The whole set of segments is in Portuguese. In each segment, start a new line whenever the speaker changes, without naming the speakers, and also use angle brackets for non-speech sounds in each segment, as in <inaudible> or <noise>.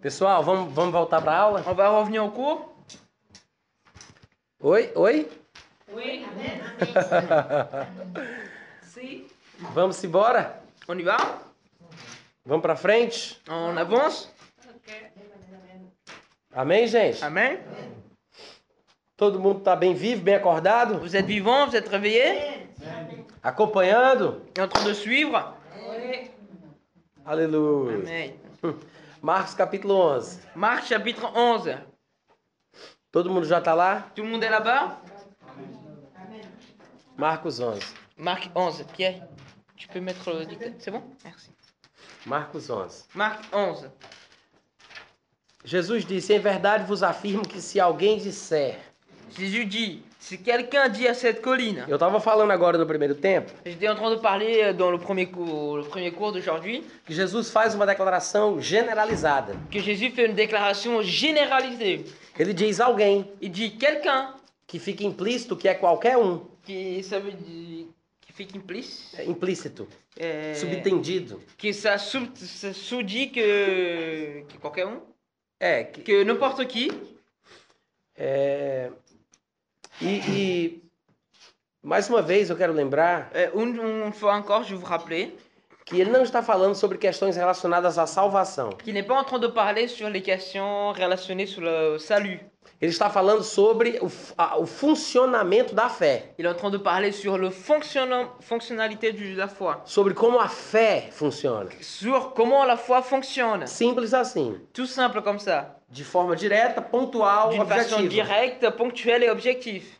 Pessoal, vamos, vamos voltar pra aula?
On va revenir au cours.
Oi, oi? <laughs>
Oui. Si.
Vamos embora?
On y va
Vamos pra frente?
On avance
Amém, gente?
Amen.
Todo mundo tá bem vivo, bem acordado?
Vous êtes vivants, vous êtes réveillés
Acompanhando?
en train de suivre
Aleluia.
Amen.
Marcos capítulo 11.
Marc chapitre 11.
Todo mundo já tá lá?
Tout le monde est là-bas
Marcos 11.
Marc 11. Pierre, tu peux mettre le dictat C'est bon Merci.
Marcos 11.
Marc 11.
Jesus disse: Em verdade vos afirmo que se alguém disser.
Jésus dit, si quelqu'un dit à cette colline,
Eu tava falando agora no primeiro tempo
j'étais en train de parler euh, dans le premier cours, le premier cours d'aujourd'hui,
que Jesus faz uma declaração generalizada.
que Jésus fait une déclaration généralisée.
Ele diz alguém,
Il dit quelqu'un,
que fica implícito que é qualquer um.
qui ça veut dire, qui fait qu'il plisse,
É implícito, É.
euh,
subtendido.
que ça sous- ça sous-dit que, que qualquer un,
É, que-
que n'importe qui,
é, e, e mais uma vez eu quero lembrar
euh, une, une fois encore, je vous rappelais,
que ele não está falando sobre questões relacionadas à salvação.
qu'il n'est pas en train de parler sur les questions relationnées sur le salut.
Ele está falando sobre o, f- a- o funcionamento da fé,
Il est en train de parler sur le fonctionnement, fonctionnalité de la foi.
sobre como a fé funciona.
sur comment la foi fonctionne.
Simples assim,
Tout simple comme ça.
de forma direta, pontual,
D'une façon
objetiva.
directe, ponctuelle et objective.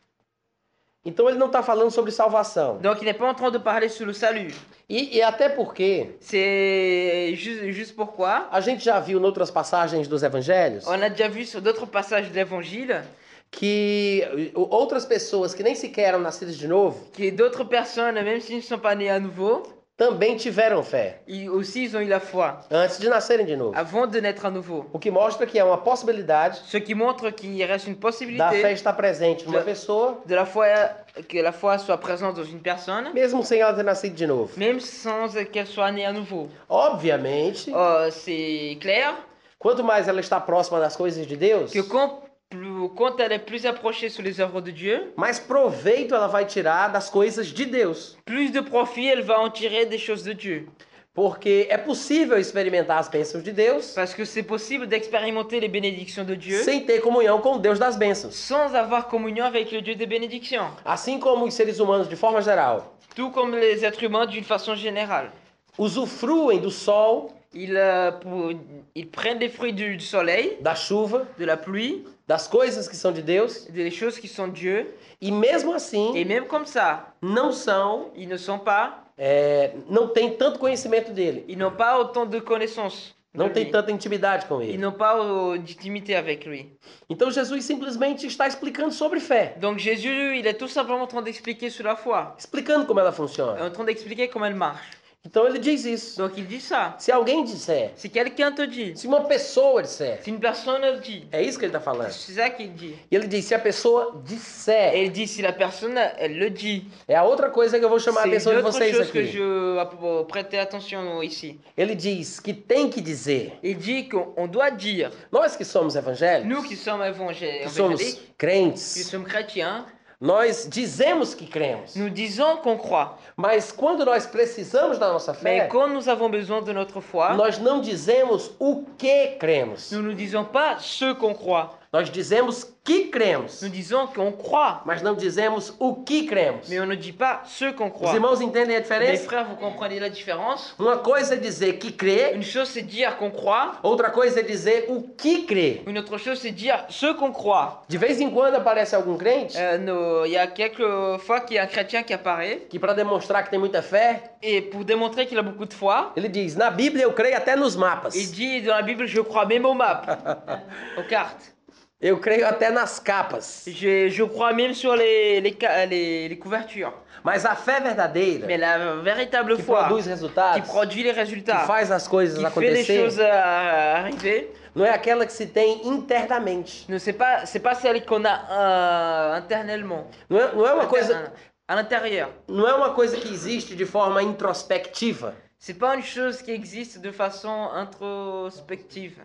Então ele não está falando sobre salvação.
Donc il n'est pas en train de parler sur le salut.
E, e até porque
C'est juste, juste pourquoi.
a gente já viu em outras passagens dos evangelhos
On a déjà vu sur d'autres passages de l'évangile
que o- outras pessoas que nem sequer eram nascidas de novo
que d'autres personnes, même s'ils ne sont pas nés à nouveau,
também tiveram fé
ils aussi ils ont eu la foi
antes de nascerem de novo.
avant de naître à nouveau.
O que mostra que é uma possibilidade
Ce qui montre qu'il reste une
da fé
possibilité
estar presente numa pessoa,
de la foi, que la foi soit présente dans une personne,
mesmo sem ela ter nascido de novo.
même sans qu'elle soit née à nouveau.
Obviamente,
Euh, c'est clair
quanto mais ela está próxima das coisas de Deus,
que quand, plus- quand elle est plus approchée sur les œuvres de Dieu,
mais proveito ela vai tirar das coisas de Deus.
plus de profit elle va en tirer des choses de Dieu.
Porque é possível experimentar as bênçãos de Deus
Parce que c'est possible d'expérimenter les bénédictions de Dieu
sem ter comunhão com o Deus das bênçãos.
sans avoir communion avec le Dieu des bénédictions,
Assim como os seres humanos, de forma geral,
tout comme les êtres humains d'une façon générale.
usufruem do sol,
Ils, euh, pour- ils prennent des fruits du, du soleil,
da chuva,
de la pluie,
das coisas que são de Deus,
des choses qui sont de Dieu,
e mesmo
et
assim
même comme ça,
não são,
ils ne sont pas,
é, não tem tanto conhecimento dele,
ils n'ont pas autant de connaissances. de
não tem
lui.
tanta intimidade com
Ils
ele.
n'ont pas euh, d'intimité avec lui.
Então Jesus simplesmente está explicando sobre fé,
Donc Jésus, lui, il est tout simplement en train d'expliquer sur la foi,
explicando como ela
en
funciona.
train d'expliquer comment elle marche.
Então ele diz isso.
Donc il dit ça.
Se alguém disser,
Si quelqu'un te dit,
se uma pessoa disser,
si une personne le dit,
é isso que ele está falando.
c'est ça qu'il dit.
E ele diz, se a pessoa
Et
disser,
il dit, si la personne, elle le dit.
é a outra coisa que eu vou chamar a
C'est
atenção de
autre
vocês
chose que
aqui.
je vais prêter attention ici.
Ele diz que tem que dizer.
Il dit qu'on on doit dire,
Nós que somos evangélicos,
nous qui sommes évangé-
que somos
évangéliques, qui
crentes,
sommes chrétiens,
nós dizemos que cremos.
nous disons qu'on croit.
Mas quando nós precisamos da nossa
Mais
fé,
quand nous avons besoin de notre foi,
nós não dizemos o que cremos.
nous ne disons pas ce qu'on croit.
Nós dizemos que cremos,
Nous disons qu'on croit,
mas não dizemos o que cremos.
mais on ne dit pas ce qu'on
Os
croit.
irmãos entendem a
Les
diferença?
frères, vous comprenez la différence
Uma coisa é dizer que crê,
Une chose c'est dire qu'on croit,
outra coisa é dizer o que crê.
une autre chose c'est dire ce qu'on croit.
De vez em quando aparece algum crente
Euh, nos- Il y a quelques fois qu'il y a un chrétien qui apparaît,
que, para demonstrar que tem muita fé,
et pour démontrer qu'il a beaucoup de foi,
ele diz: Na Bíblia eu creio até nos mapas,
il dit dans la Bible je crois même aux <laughs> maps, aux cartes,
eu creio até nas capas.
je, je crois même sur les, les, ca- les- les couvertures.
Mas a fé verdadeira,
Mais la véritable
que
foi
produz
qui
resultados,
produit les
que
résultats,
faz as coisas
qui fait les
acontecer,
choses euh, arriver,
não é aquela que se tem internamente.
ne c'est pas c'est pas celle qu'on a euh, internellement,
Não é, não é uma coisa,
interne- Ah, à l'intérieur.
não é uma coisa que existe de forma introspectiva.
C'est pas une chose qui existe de façon introspective.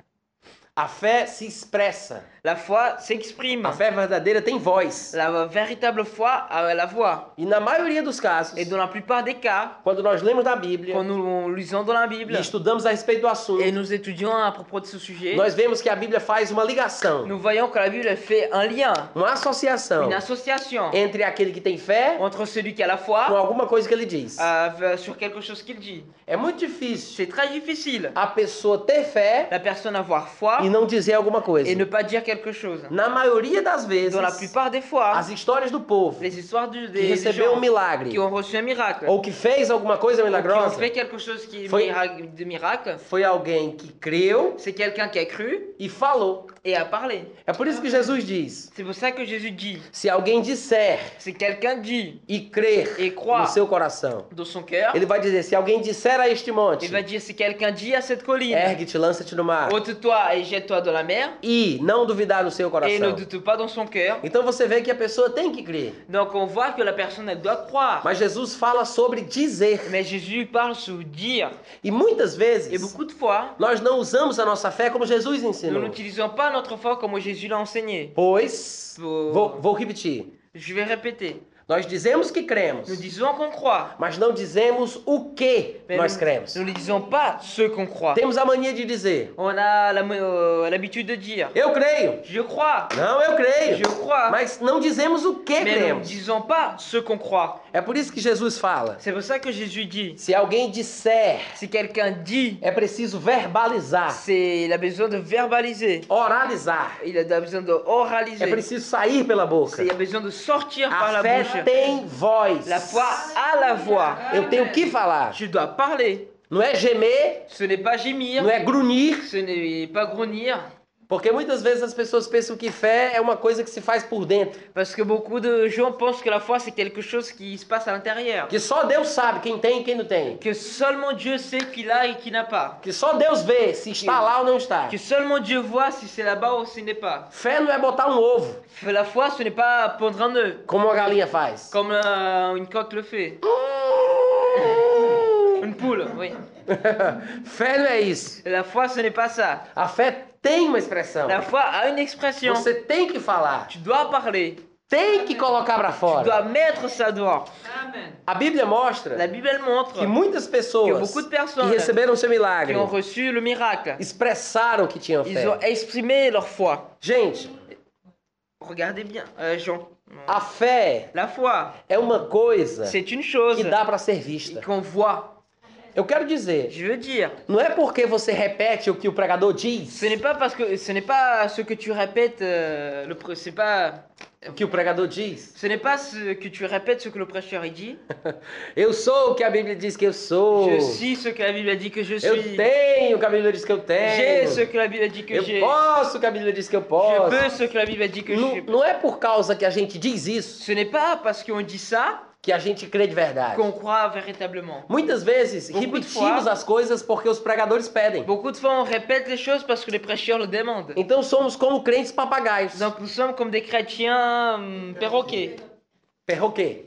A fé se expressa.
La foi s'exprime.
A fé verdadeira tem voz.
La véritable foi a la voix.
E na maioria dos casos,
Et dans la plupart des cas,
quando nós lemos na Bíblia
quand nous lisons dans la Bible
e estudamos a respeito do assunto,
et nous étudions à propos de ce sujet,
nós vemos que a Bíblia faz uma ligação,
nous voyons que la Bible elle fait un lien,
uma associação
une association
entre aquele que tem fé
entre celui qui a la
com
foi
alguma coisa que ele diz.
euh, sur quelque chose qu'il dit.
É muito difícil
C'est très difficile.
a pessoa ter fé
La personne avoir foi
e não dizer alguma coisa.
et ne pas dire quelque chose.
Na maioria das vezes,
Dans la plupart des fois,
as histórias do povo
les histoires
que
du, des, des
recebeu
gens
um milagre
qui ont reçu un miracle,
ou que fez alguma coisa
qui ont
milagrosa
fait quelque chose qui
Foi-
miracle- de miracle,
foi alguém que creu
c'est quelqu'un qui a cru
e falou.
et a parlé.
É por isso que Jesus diz:
C'est pour ça que Jésus dit,
se alguém disser
c'est quelqu'un dit
e crer
et
no
croit
seu coração,
dans son cœur,
ele vai dizer: se alguém disser a este monte,
il va dire, c'est quelqu'un dit à cette colline,
ergue-te, lança-te no mar,
ôte-toi et jette-toi dans la mer,
e não duvidar no seu
et ne
coração.
doute pas dans son cœur.
Então você vê que a pessoa tem que crer.
Donc on voit que la personne, elle doit croire.
Mas Jesus fala sobre dizer.
Mais Jésus parle sur dire,
E muitas
et
vezes
beaucoup de fois,
nós não usamos a nossa fé como Jesus
Nous
ensinou.
n'utilisons pas notre foi comme Jésus l'a enseigné.
Pois,
Vou-
vou, vou repetir.
Je vais répéter.
Nós dizemos que cremos,
Nous disons qu'on croit,
mas não dizemos o que
mais
nós
nous,
cremos.
nous ne disons pas ce qu'on croit.
Temos a mania de dizer,
On a la- euh, l'habitude de dire
eu creio.
Je crois,
Não, eu
je
creio.
crois,
Mas não dizemos o que
mais nous ne
cremos.
disons pas ce qu'on croit.
É por isso que Jesus fala.
C'est pour ça que Jésus dit
Se alguém disser,
Si quelqu'un dit,
é preciso verbalizar,
c'est il a besoin de verbaliser,
oralizar.
il a besoin de
É
oraliser,
preciso sair pela boca.
C'est- il a besoin de sortir par
A
la
fé
bouche.
tem voz.
La foi à la voix.
Eu tenho que falar.
Je dois parler.
Não é gemer,
Ce n'est pas gémir,
não é grunhir,
ce n'est pas grognir.
porque muitas vezes as pessoas pensam que fé é uma coisa que se faz por dentro,
Parce que beaucoup de gens pensent que la foi c'est quelque chose qui se passe à l'intérieur.
que só Deus sabe quem tem e quem não tem,
Que seulement Dieu sait qui a et qui n'a pas.
que só Deus vê se está lá ou não está.
Que seulement Dieu voit si c'est là-bas ou si n'est pas.
Fé não é botar um ovo,
La foi ce n'est pas pondre un œuf,
como uma galinha faz.
comme euh, une coque le fait. Une poule, oui.
<laughs> fé não é isso.
La foi ce n'est pas ça.
A fé tem uma expressão.
La foi a une expression.
Você tem que falar,
Tu dois parler,
tem que colocar pra
tu
fora.
dois mettre ça dehors.
A Bíblia
La
mostra
Bible elle montre
que muitas
Que
pessoas
beaucoup de
que
personnes
receberam seu milagre
qu'ils ont reçu le miracle.
expressaram que tinham
Ils ont
fé.
exprimé leur foi.
Gente,
Regardez bien, euh, Jean.
a fé
La foi,
é uma coisa
c'est une chose
que dá pra ser vista.
qu'on voit.
Eu quero dizer,
Je veux dire,
não é porque você repete o que o pregador diz,
ce n'est pas parce que ce n'est pas ce que tu répètes euh, le prê- c'est pas
o que o pregador diz.
ce n'est pas ce que tu répètes ce que le prêcheur il dit.
Eu sou o que a Bíblia diz que eu sou.
Je suis ce que la Bible a dit que je
Eu
suis.
tenho o que a Bíblia diz que eu
J'ai
tenho.
ce que la Bible a dit é que j'ai.
Eu posso o que a Bíblia diz que eu
Je
posso.
peux ce que la Bible a dit que
Não,
je.
não é por causa que a gente diz isso
Ce n'est pas parce qu'on dit ça
que a gente crê de verdade.
qu'on croit véritablement.
Muitas vezes
Beaucoup de
repetimos
fois-
as coisas porque os pregadores pedem.
Beaucoup de fois on répète les choses parce que les prêcheurs le demandent.
Então somos como crentes papagaios.
Donc nous sommes comme des chrétiens hum, perroquets.
Perroquê.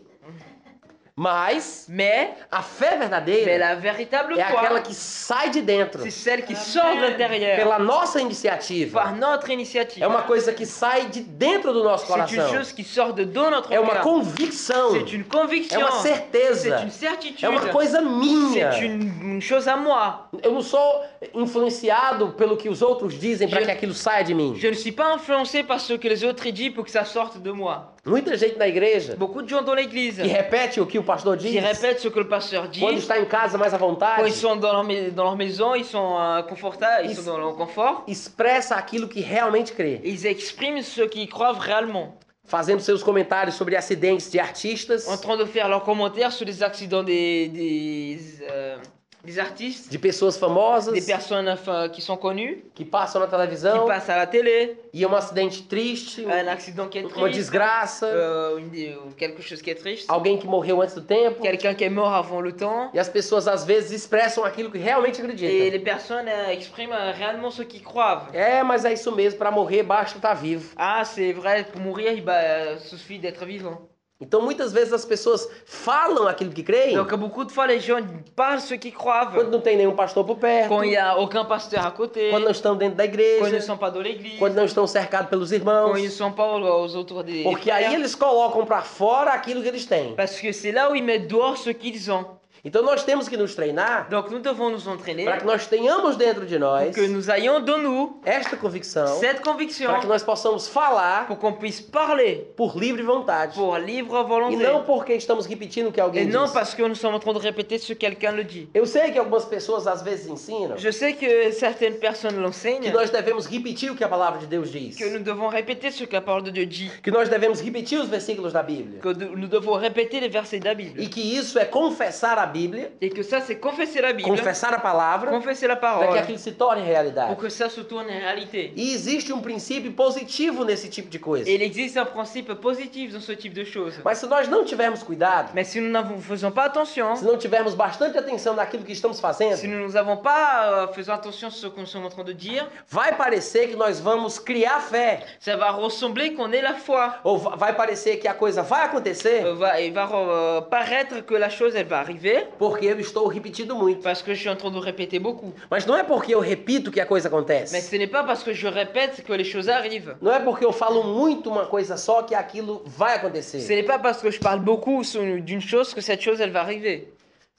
Mas
Mais,
a fé
mais
verdadeira
la véritable
é
foi
aquela que sai de dentro
C'est celle qui sort de l'intérieur
pela nossa iniciativa.
par notre initiative.
É uma coisa que sai de dentro do nosso
C'est une
coração.
chose qui sort de dans notre
É uma
cœur.
convicção.
C'est une
É
conviction.
uma
C'est
certeza.
une certitude.
É uma coisa minha.
C'est une, une chose à moi.
Eu não sou influenciado pelo que os outros dizem para
Je-
que aquilo saia de mim.
Je ne suis pas influencé par ce que les autres y disent pour que ça sorte de moi.
Muita gente na igreja
Beaucoup de gens dans l'église
que repete o que o pastor diz.
qui répètent ce que le pasteur dit.
Quando está em casa mais à
Quand
vontade,
ils sont dans leur, mais- dans leur maison, ils sont euh, confortables, ils
Ils-
sont dans leur confort.
expressa aquilo que realmente crê.
Ils expriment ce qu'ils croient réellement.
fazendo seus comentários sobre acidentes de artistas,
en train de faire leurs commentaires sur les accidents des, des, euh, des artistes,
de pessoas famosas
des personnes enfin, qui sont connues,
que passam na
qui
televisão
passent à la télé,
e é um acidente triste,
un accident qui est
uma
É, triste,
desgraça,
euh, une des- ou quelque chose qui est triste,
alguém que morreu antes do tempo.
quelqu'un qui est mort avant le temps.
E as pessoas às vezes expressam aquilo que realmente
Et
acreditam.
les personnes euh, expriment euh, réellement ce qu'ils croient.
É, mas é isso mesmo, pra morrer basta estar vivo.
Ah, c'est vrai, pour mourir, il bah, euh, suffit d'être vivant.
Então muitas vezes as pessoas falam aquilo que creem
Donc beaucoup de fois, les gens parlent ce qu'ils croient.
quando não tem nenhum pastor por perto,
Quand il n'y a aucun pasteur à côté,
quando não estão dentro da
quand ils ne
igreja,
sont pas dans l'église,
quando não estão cercados pelos
quand
irmãos,
ils ne sont pas aux, aux autour des
porque
frères.
aí eles colocam pra fora aquilo que eles têm.
Parce que c'est là où ils mettent dehors ce qu'ils ont.
Então nós temos que nos treinar
Donc nous devons nous entraîner
para que nós tenhamos dentro de
pour
nós
que nous ayons dans nous
esta convicção,
cette conviction
para que nós possamos falar
pour qu'on puisse parler
por livre vontade
pour livre
e
volonté
não porque estamos repetindo o que
et
alguém
non
disse.
parce que nous sommes en train de répéter ce que quelqu'un le dit.
Eu sei que algumas pessoas às vezes ensinam
Je sais que certaines personnes
que
l'enseignent,
nós devemos repetir o que a palavra de Deus diz,
que nous devons répéter ce que la parole de Dieu dit,
que nós devemos repetir os versículos da Bíblia.
que de- nous devons répéter les versets de la Bible.
E que isso é confessar a Bíblia,
Et que ça, c'est confesser la Bible,
confessar a palavra,
confesser la
para que
parole,
aquilo se torne
pour
realidade.
que ça se tourne en réalité.
E existe um princípio positivo nesse tipo de coisa.
Et il existe un principe positif dans ce type de choses.
Mas se nós não tivermos cuidado,
Mais si nous n'en faisons pas attention,
se não tivermos bastante atenção naquilo que estamos
si
fazendo,
nous n'avons pas euh, faisons attention à ce qu'on est en train de dire,
vai parecer que nós vamos criar fé,
ça va ressembler qu'on ait la foi.
ou va- vai parecer que a coisa vai
Euh,
acontecer,
va- il va euh, paraître que la chose, elle va arriver,
porque eu estou repetindo muito.
parce que je suis en train de répéter beaucoup.
Mas não é porque eu repito que a coisa
Mais
acontece.
ce n'est pas parce que je répète que les choses arrivent.
Não é porque eu falo muito uma coisa só que aquilo vai
Ce
acontecer.
n'est pas parce que je parle beaucoup sur- d'une chose que cette chose, elle va arriver.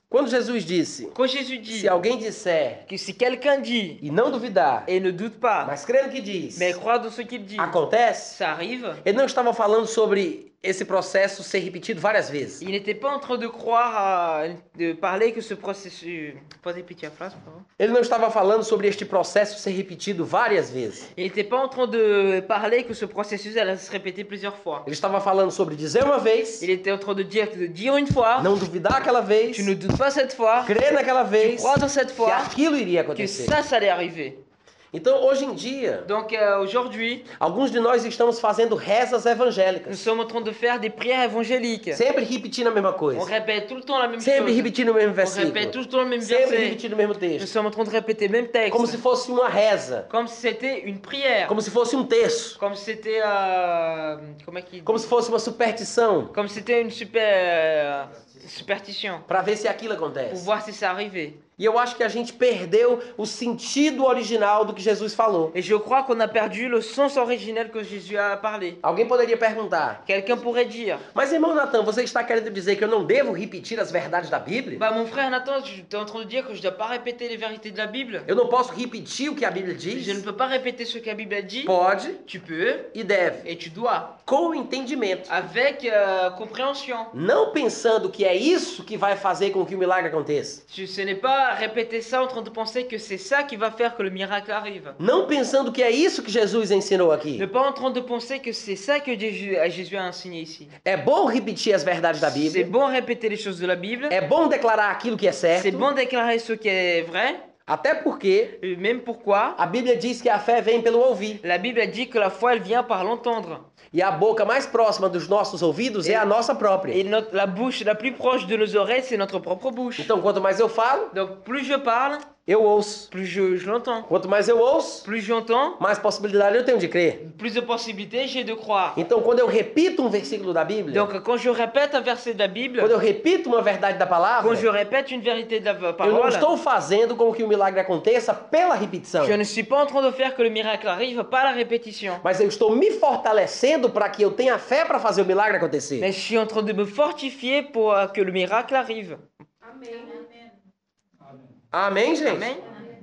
Quando Jesus disse:
Quand Jésus dit
Se alguém disser
que si quelqu'un dit
e não duvidar,
et ne doute pas,
mas crendo que diz,
mais croit dans ce qu'il dit,
acontece,
ça arrive.
ele não estava falando sobre esse processo ser repetido várias vezes.
Il n'était pas en train de croire, à- de parler que ce processus. Pas répéter la phrase, pardon.
Ele não estava falando sobre este processo ser repetido várias vezes.
Il n'était pas en train de parler que ce processus allait se répéter plusieurs fois.
Ele estava falando sobre dizer uma vez,
Il était en train de dire, de dire une fois,
não duvidar aquela vez,
tu ne doutes pas cette fois,
crer naquela
tu
vez,
crois dans cette
que
fois,
aquilo iria
que
acontecer.
ça, ça allait arriver.
Então, hoje em dia,
Donc euh, aujourd'hui,
alguns de nós estamos fazendo rezas
nous
evangélicas,
sommes en train de faire des prières évangéliques.
sempre repetindo a mesma
On
coisa,
répète tout le temps la même
sempre
chose.
repetindo o mesmo
On répète
versículo,
tout le temps le même
sempre
verset.
repetindo o mesmo
Nous
texto,
sommes en train de répéter le même texte.
como se fosse uma reza,
Comme si c'était une prière.
como se fosse um texto.
Comme si c'était... euh, comment qu'il dit
como se fosse uma superstição
Comme c'était une super euh, superstition
para ver se aquilo
pour
acontece.
voir si ça arrivait.
E eu acho que a gente perdeu o sentido original do que Jesus falou.
Et je crois qu'on a perdu le sens originel que Jésus a parlé.
Alguém poderia perguntar:
Quelqu'un pourrait dire
Mas irmão Natan, você está querendo dizer que eu não devo repetir as verdades da Bíblia?
Bah, mon frère Nathan, tu es en train de dire que je dois pas répéter les vérités de la Bible
Eu não posso repetir o que a Bíblia
Je ne
diz?
peux pas répéter ce que la Bible a dit
Pode
Tu peux
e deve,
et tu dois.
com entendimento.
Avec euh, compréhension.
Não pensando que é isso que vai fazer com que o milagre aconteça.
Tu- Ce n'est pas répéter ça en train de penser que c'est ça qui va faire que le miracle arrive.
Não pensando que é isso que Jesus ensinou
Ne
aqui.
pas en train de penser que c'est ça que Jésus, euh, Jésus a enseigné ici.
É bom repetir as verdades da
C'est
Bíblia.
bon répéter les choses de la Bible.
É bom declarar aquilo que é
C'est
certo.
bon déclarer ce qui est vrai,
Até porque
et même pourquoi
A Bíblia diz que a fé vem pelo ouvir.
la Bible dit que la foi elle vient par l'entendre.
E a boca mais próxima dos nossos ouvidos é a nossa
Et
própria.
notre- la bouche la plus proche de nos oreilles, c'est notre propre bouche.
Então, quanto mais eu falo,
Donc plus je parle,
eu ouço.
plus je, je l'entends.
Quanto mais eu ouço,
Plus j'entends,
mais possibilidade eu tenho de crer.
plus de possibilités j'ai de croire.
Então, quando eu repito um versículo da Bíblia,
Donc quand je répète un verset de la Bible,
quando eu repito uma verdade da palavra,
quand je répète une vérité de la
eu não
parole,
estou fazendo com que o milagre aconteça pela repetição,
je ne suis pas en train de faire que le miracle arrive par la répétition.
mas eu estou me fortalecendo para que eu tenha fé para fazer o milagre acontecer.
Mais je suis en train de me fortifier pour euh, que le miracle arrive.
Amém, gente?
Amen.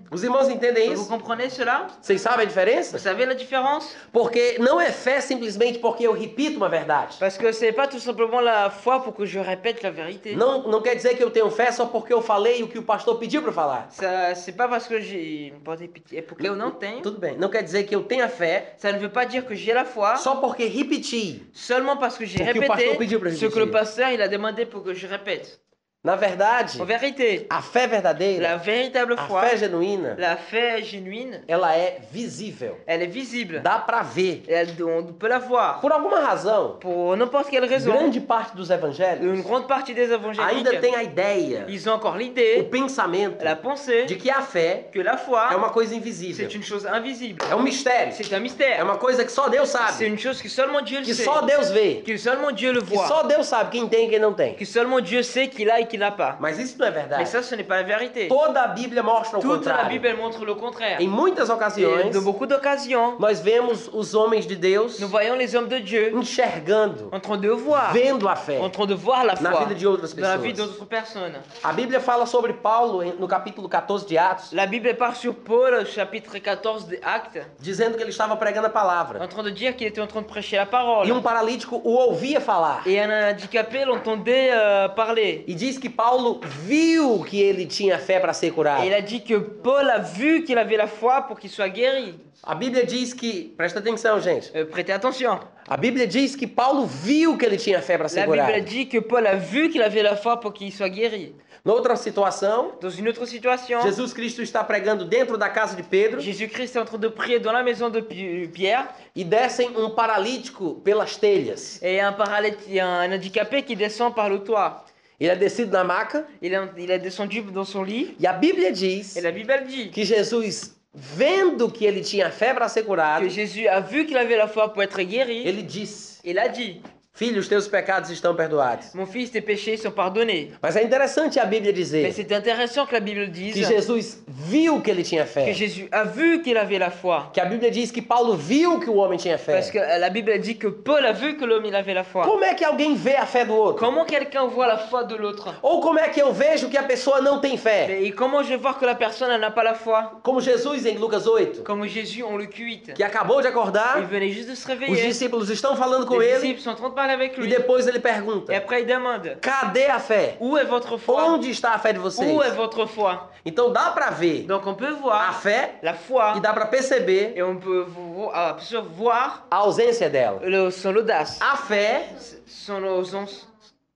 Os irmãos entendem
Vous
isso?
comprenez cela
Vocês sabem a diferença?
Vous savez la différence
Porque não é fé simplesmente porque eu repito uma verdade.
Parce que c'est pas tout simplement la foi pour que je répète la vérité.
Não, não quer dizer que eu tenho fé só porque eu falei o que o pastor pediu para falar.
Ça, c'est pas parce que j'ai. Pode repetir. É porque eu não tenho.
Tudo bem. Não quer dizer que eu tenha fé
Ça ne veut pas dire que j'ai la foi.
só porque repeti.
Seulement parce que j'ai
Pour que le pasteur
répété
pediu pra
ce que
répéter.
le pasteur il a demandé pour que je répète.
Na verdade,
En vérité,
a fé
la
verdadeira,
véritable
a
foi,
fé genuína,
la fée genuine,
ela é visível.
elle est visible.
Dá pra ver.
Elle- on peut la voir.
Por alguma razão,
Pour n'importe quelle raison,
grande parte dos
une
evangélicos
grande partie des
ainda
évangéliques,
tem a ideia,
ils ont encore
o
l'idée,
pensamento
la pensée,
de que a fé
que la foi,
é uma coisa invisível.
c'est une chose invisible.
É um mistério.
C'est un
É
mystère.
uma coisa que só Deus
C'est
sabe.
une chose que seulement Dieu le
Que
sait.
só Deus vê.
Que seulement Dieu le
Que
voit.
só Deus sabe quem tem e quem não tem.
Que seulement Dieu sait qu'il a et qu'il n'a pas.
Mas isso é não é
Mais
verdade.
ça, ce n'est pas la vérité.
Toda a Bíblia mostra o
Toute la
contrário.
Bible, elle montre le contraire.
Em muitas
Et
ocasiões,
de beaucoup d'occasions,
nós vemos os homens de Deus
nous voyons les hommes de Dieu
enxergando,
en train de voir,
vendo a fé
en train de voir Mmh. la
na
foi
vida de outras
dans la vie
pessoas.
d'autres personnes.
A Bíblia fala sobre Paulo em- no capítulo 14 de Atos,
La Bible part sur Paul, au chapitre 14 des Actes,
dizendo que ele estava pregando a palavra.
en train de dire qu'il était en train de prêcher la
E um
parole.
paralítico o ouvia falar.
Et un handicapé l'entendait euh, parler.
E diz que Paulo viu que ele tinha fé para ser curado.
Et il a dit que Paul a vu qu'il avait la foi pour qu'il soit guéri.
A Bíblia diz que, presta atenção, gente.
Euh, prêtez attention.
A Bíblia diz que Paulo viu que ele tinha fé para ser
La Bible
curado.
dit que Paul a vu qu'il avait la foi pour qu'il soit guéri.
Noutra situação,
Dans une autre situation,
Jesus Cristo está pregando dentro da casa de Pedro
Jésus-Christ est en train de prier dans la maison de Pi- Pierre
e descem um paralítico pelas telhas.
et un paralytique, un handicapé qui descend par le toit.
Ele é descido na maca
Il est, il est descendu dans son lit
e a Bíblia diz
et la Bible dit
que Jesus, vendo que ele tinha fé para ser curado,
que Jésus a vu qu'il avait la foi pour être guéri.
ele disse:
Il a dit
Filho, os teus pecados estão perdoados.
Mon fils, tes péchés sont pardonnés.
Mas é interessante a Bíblia
Mais
dizer
c'est intéressant que la Bible
que
dise
Jesus viu que ele tinha
que
fé.
Jésus a vu qu'il avait la foi.
Que a Bíblia diz que Paulo viu que é o homem tinha fé.
Parce que la Bible dit que Paul a vu que l'homme il avait la foi.
Como é que alguém vê a fé do outro?
Comment quelqu'un voit la foi de l'autre
Ou como é que eu vejo que a pessoa não tem fé?
Et comment je vais voir que la personne elle n'a pas la foi
Como Jesus em Lucas 8,
Comme Jésus, on le cuite.
que acabou de
Il
acordar,
venait juste de se
os
réveiller.
discípulos estão falando com
Les
ele
disciples sont en train de parler avec
e
lui.
depois ele pergunta:
Et après, il demande
Cadê a fé?
Où est votre foi
Onde está a fé de vocês?
Où est votre foi
Então dá pra ver
Donc, on peut
a
voir
fé
la foi
e dá pra perceber
et on peut vo- ah, bien sûr, voir
a ausência dela.
le- son audace,
A fé,
son ausence,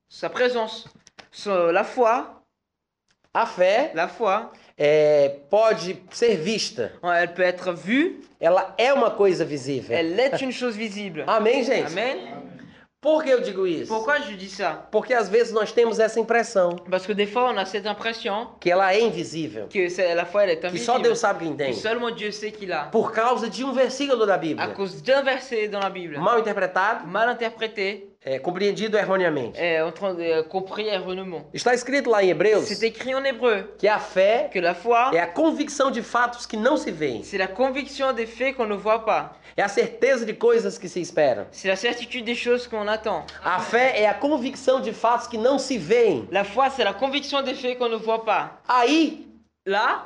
sa présence, son- la foi.
a fé
La foi,
é, pode ser vista.
elle peut être vue,
Ela é uma coisa visível.
elle est une chose visible.
é- Amém, gente?
Amen.
Por que eu digo isso?
Pourquoi je dis ça
Porque às vezes nós temos essa impressão
Parce que des fois, on a cette impression
que ela é invisível,
que c'est- la foi, elle est
que só
invisible.
Deus sabe quem
Que
tem,
seulement Dieu sait qu'il a.
por causa de um versículo da
À
Bíblia,
cause d'un verset dans la Bible,
mal interpretado,
mal interprété,
é, compreendido erroneamente.
est en train de euh, compris erronément.
Está escrito lá em Hebreus
C'est écrit en hébreu
que a fé
que la foi,
é a convicção de fatos que não se veem,
c'est la conviction des faits qu'on ne voit pas.
é a certeza de coisas que se esperam.
C'est la certitude des choses qu'on attend.
A fé é a convicção de fatos que não se veem.
La foi, c'est la conviction des faits qu'on ne voit pas.
Aí, <laughs>
Là,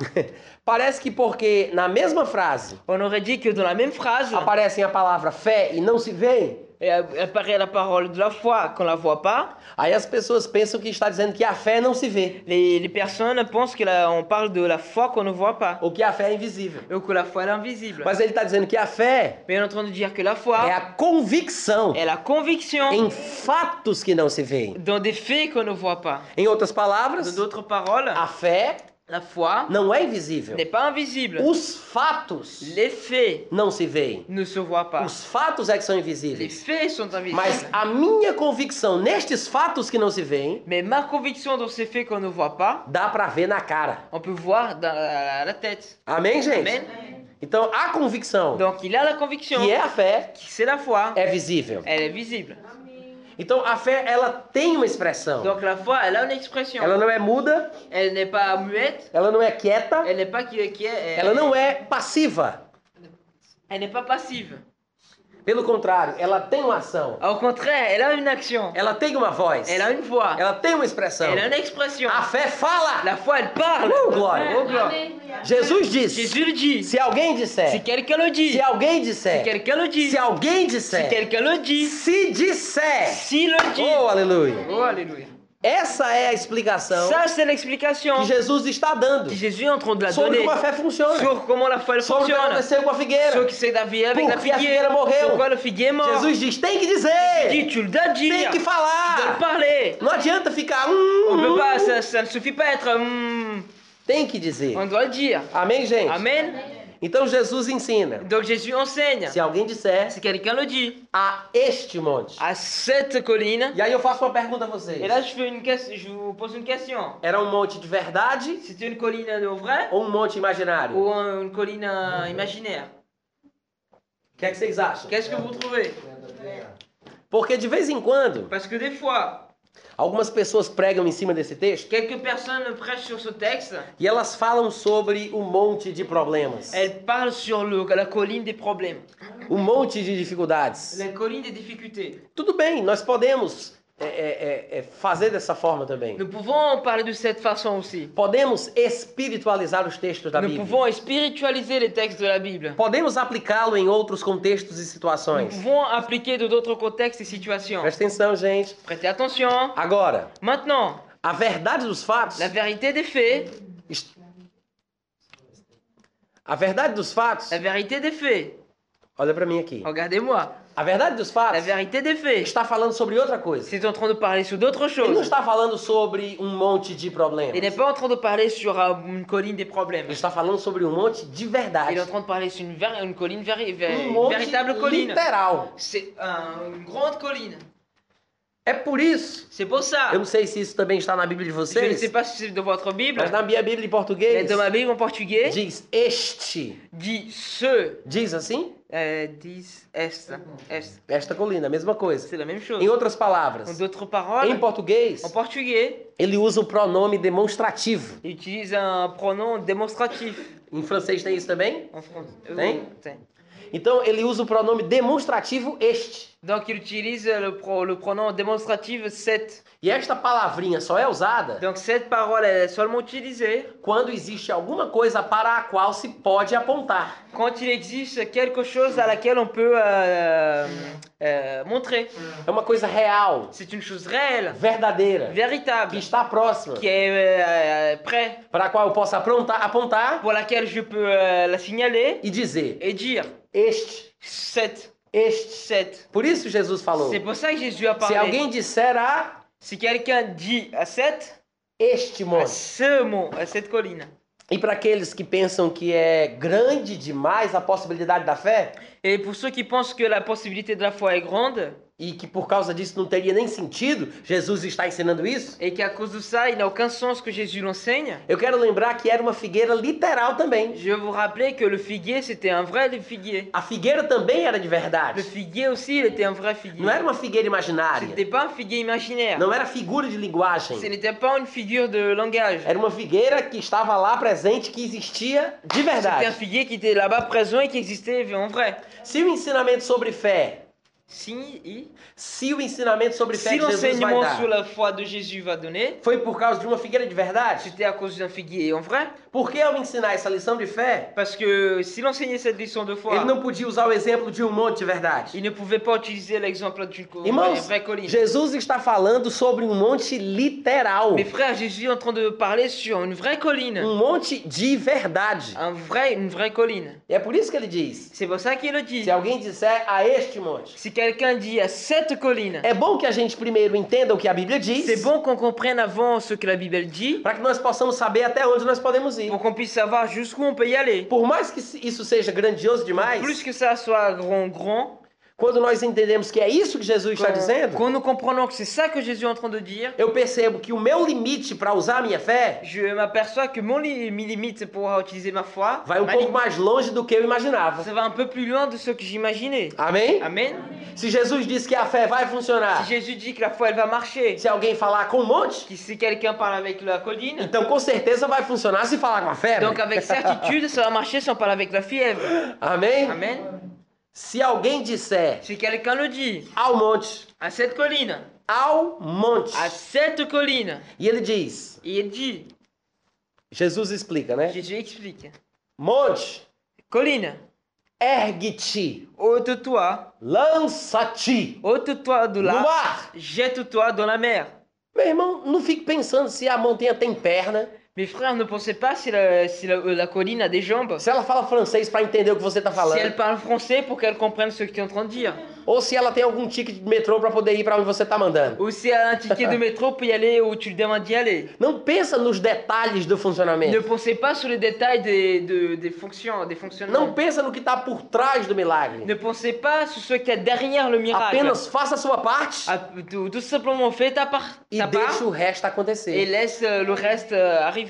parece que porque na mesma frase
on aurait dit que dans la même phrase,
aparecem a palavra fé e não se veem,
et apparaît la parole de la foi qu'on la voit pas,
aí as pessoas pensam que está dizendo que a fé não se vê.
les, les personnes pensent que la- on parle de la foi qu'on ne voit pas.
ou que a fé é invisível.
Ou que la foi, elle est invisible.
Mas ele está dizendo que a fé
Mais on est en train de dire que la
é
foi
a convicção
est la conviction
em fatos que não se veem.
dans des faits qu'on ne voit pas.
Em outras palavras,
Dans d'autres paroles,
a fé
la foi
não é invisível.
n'est pas invisible.
Os fatos
Les faits
não se veem.
ne se voient pas.
Os fatos é que são
Les
invisíveis.
faits sont invisibles.
Mas a minha convicção nestes fatos que não se veem,
Mais ma conviction dans ces faits qu'on ne voit pas,
dá pra ver na cara.
on peut voir dans la, la tête.
Amém, gente?
Amen.
Então a convicção,
Donc il a la conviction,
que é a fé,
qui c'est la foi,
é visível.
elle est visible.
Então a fé, ela tem uma expressão.
Donc la foi, elle a une expression.
Ela não é muda,
Elle n'est pas muette,
ela não é quieta,
elle n'est pas qui, qui est, elle,
ela não é passiva.
elle n'est pas passive.
Pelo contrário, ela tem uma ação,
Au contraire, elle a une action,
ela tem uma voz,
elle a une voix,
ela tem uma expressão.
elle a une Ah. expression.
A fé fala.
La foi, elle parle.
Oh, glória.
Oh, gloire.
Jesus disse:
Jésus le dit.
se alguém
Si
disser,
quelqu'un le dit,
se alguém
si
disser,
quelqu'un le dit,
se alguém
si
disser,
quelqu'un le dit,
se disser,
si le dit.
oh aleluia,
Oh, alléluia.
Essa é a explicação
Ça, c'est l'explication
que Jesus está dando
que Jésus est en train de la
sobre
donner
como a fé funciona,
sur comment la foi elle
sobre o que
fonctionne.
aconteceu com a
Sur
figueira.
ce qui s'est d'avis avec
Pour
la
qui la figuière
figuière.
mourut.
Pourquoi le figuier est mort
Jesus diz: tem que
Dis,
dizer,
tu le dois
tem
dire.
que
Tu dois
falar.
le parler.
Não adianta ficar.
On peut
Hum,
pas, ça, ça ne suffit pas être. hum,
tem que dizer.
on doit le dire.
Amém, gente?
Amen.
Então Jesus ensina:
Donc Jésus enseigne.
se alguém disser
Si quelqu'un le dit
a este monte.
à cette colline,
E aí eu faço uma pergunta a vocês:
et là je, fais une question, je vous pose une question.
era um monte de verdade
C'était une colline de vrai
ou um monte imaginário?
ou un- une colline euh, imaginaire
O que é que vocês acham?
Qu'est-ce que vous trouvez
Porque de vez em quando,
Parce que des fois,
algumas pessoas pregam em cima desse texto
quelques personnes prêchent sur ce texte,
e elas falam sobre um monte de problemas,
elles parlent sur le- la colline des problèmes,
um monte de dificuldades.
la colline des difficultés.
Tudo bem, nós podemos é, é, é, é, fazer dessa forma também.
Nous pouvons en parler de cette façon aussi.
Podemos espiritualizar os textos da
Nous
Bíblia.
pouvons spiritualiser les textes de la Bible.
Podemos aplicá-lo em outros contextos e
Nous
situações.
pouvons appliquer de d'autres contextes et situations.
Presta atenção, gente.
Prêtez attention.
Agora,
Maintenant,
a verdade dos fatos.
la vérité des faits,
est- A verdade dos fatos.
la vérité des faits.
Olha pra mim aqui.
Regardez-moi.
A verdade dos
La
fatos
vérité des faits.
está falando sobre outra coisa.
C'est en train de parler sur d'autres
Ele não
choses.
está falando sobre um monte de problemas.
Il n'est
Ele
pas en train de parler sur euh, une colline des problèmes.
está falando sobre um monte de verdade.
Il est en train de parler sur une, ver- une colline, véri- ver-
Um
une
monte
véritable colline.
literal.
C'est un- une grande colline.
É por isso.
C'est pour ça.
Eu não sei se isso também está na Bíblia de
Je ne
vocês,
sais pas si c'est de votre Bible,
mas na minha Bíblia em
mais
português
de ma Bible en portugais,
diz este.
dit ce.
Diz assim?
Euh, 10 S. S.
Esta colina, a mesma coisa.
C'est la même
Em
chose.
outras palavras,
En d'autres
em
paroles,
português,
en portugais,
ele usa o pronome demonstrativo.
il utilise un pronom démonstratif.
Em francês tem isso também?
En français. Euh,
Hein Então ele usa o pronome demonstrativo este.
Donc il utilise le, pro- le pronom démonstratif 7.
E esta palavrinha só é usada
Donc cette parole elle est seulement utilisée
quando existe alguma coisa para a qual se pode apontar.
quand il existe quelque chose à laquelle on peut euh, euh, montrer.
É uma coisa real,
C'est une chose réelle,
verdadeira, que
véritable,
está próxima, é
qui est euh, prêt,
para a qual eu possa aprontar, apontar
pour laquelle je peux euh, la signaler
e dizer
et dire
este,
7.
este.
7.
Por isso Jesus falou:
C'est pour ça que Jésus a
se
parlé.
alguém disser a
Si quelqu'un dit à cette,
este
à
monte,
ce mont, à cette colline.
e para aqueles que pensam que é grande demais a possibilidade da fé
Et pour ceux qui pensent que la possibilité de la foi est grande
e que por causa disso não teria nem sentido, Jesus está ensinando isso.
et qu'à cause de ça, il n'a aucun sens que Jésus l'enseigne,
Eu quero lembrar que era uma figueira literal também.
je vais vous rappeler que le figuier, c'était un vrai figuier.
A figueira também era de
Le
verdade.
figuier aussi, il était un vrai figuier.
Não era uma figueira
C'était
imaginária.
pas un figuier imaginaire.
Não era figura de linguagem.
Ce n'était pas une figure de langage.
Era uma figueira que estava lá presente, que existia de
C'était un
verdade.
figuier qui était là-bas présent et qui existait en vrai.
Se o ensinamento sobre fé,
Si, i-
se o ensinamento sobre fé
si
que Jesus vai
l'enseignement
dar
sur la foi de Jésus va donner,
foi por causa de uma figueira de verdade,
c'était à cause d'un figuier en vrai.
por que ao ensinar essa lição de fé,
Parce que s'il enseignait cette leçon de foi,
ele não podia usar o exemplo de um monte de verdade?
il ne pouvait pas utiliser l'exemple d'une co-
Irmãos,
une vraie colline.
Jesus está falando sobre um monte literal,
Mes frères, Jésus est en train de parler sur une vraie colline.
um monte de verdade.
Un vrai, une vraie colline.
E é por isso que ele diz:
C'est pour ça qu'il le dit.
se alguém disser a este monte,
Si quelqu'un dit à cette colline,
é bom que a gente primeiro entenda o que a Bíblia diz,
c'est bon qu'on comprenne avant ce que la Bible elle dit,
para que nós possamos saber até onde nós podemos ir.
pour qu'on puisse savoir jusqu'où on peut y aller.
Por mais que isso seja grandioso demais,
Plus que ça soit grand, grand,
quando nós entendemos que é isso que Jesus está
quand,
dizendo,
quand nous comprenons que c'est ça que Jésus est en train de dire,
eu percebo que o meu limite para usar a minha fé
je m'aperçois que mon li- mes limites pour utiliser ma foi,
vai um
ma
pouco
li-
mais longe do que eu imaginava.
ça va un peu plus loin de ce que j'imaginais.
Amém?
Amen.
Se Jesus disse que a fé vai funcionar,
Si Jésus dit que la foi elle va marcher,
se alguém falar com um monte,
que si quelqu'un parle avec la colline,
então com certeza vai funcionar se falar com a fé.
donc avec certitude ça va marcher si on parle avec la fièvre.
Amém?
Amen.
Se alguém disser
Si quelqu'un le dit
ao monte,
à cette colline,
ao monte,
à cette colline,
e ele diz,
il dit,
Jesus explica, né?
Jésus explique,
Monte,
colline,
ergue-te,
ôte-toi,
lança-te
ôte-toi de
no
là,
ar.
jette-toi dans la mer.
Meu irmão, não fique pensando se a montanha tem perna,
Mes frères, ne pensez pas si la, si la, euh, la colline a des jambes.
se ela fala francês pra entender o que você tá
Si
falando,
elle parle français pour qu'elle comprenne ce que tu es en train de dire.
ou se ela tem algum ticket de metrô pra poder ir pra onde você tá mandando.
Ou si elle a un ticket de métro pour y aller où tu lui demandes d'y aller.
Não pensa nos detalhes do
Ne
funcionamento.
pensez pas sur les détails des, de- des fonctions, des fonctionnements.
Não pensa no que tá por trás do milagre.
Ne pensez pas sur ce qu'il y a derrière le miracle.
Apenas faça a sua parte
Ah, Tout, tout simplement, fais ta part,
e
ta part
deixa o resto
et
acontecer.
laisse euh, le reste euh, arriver.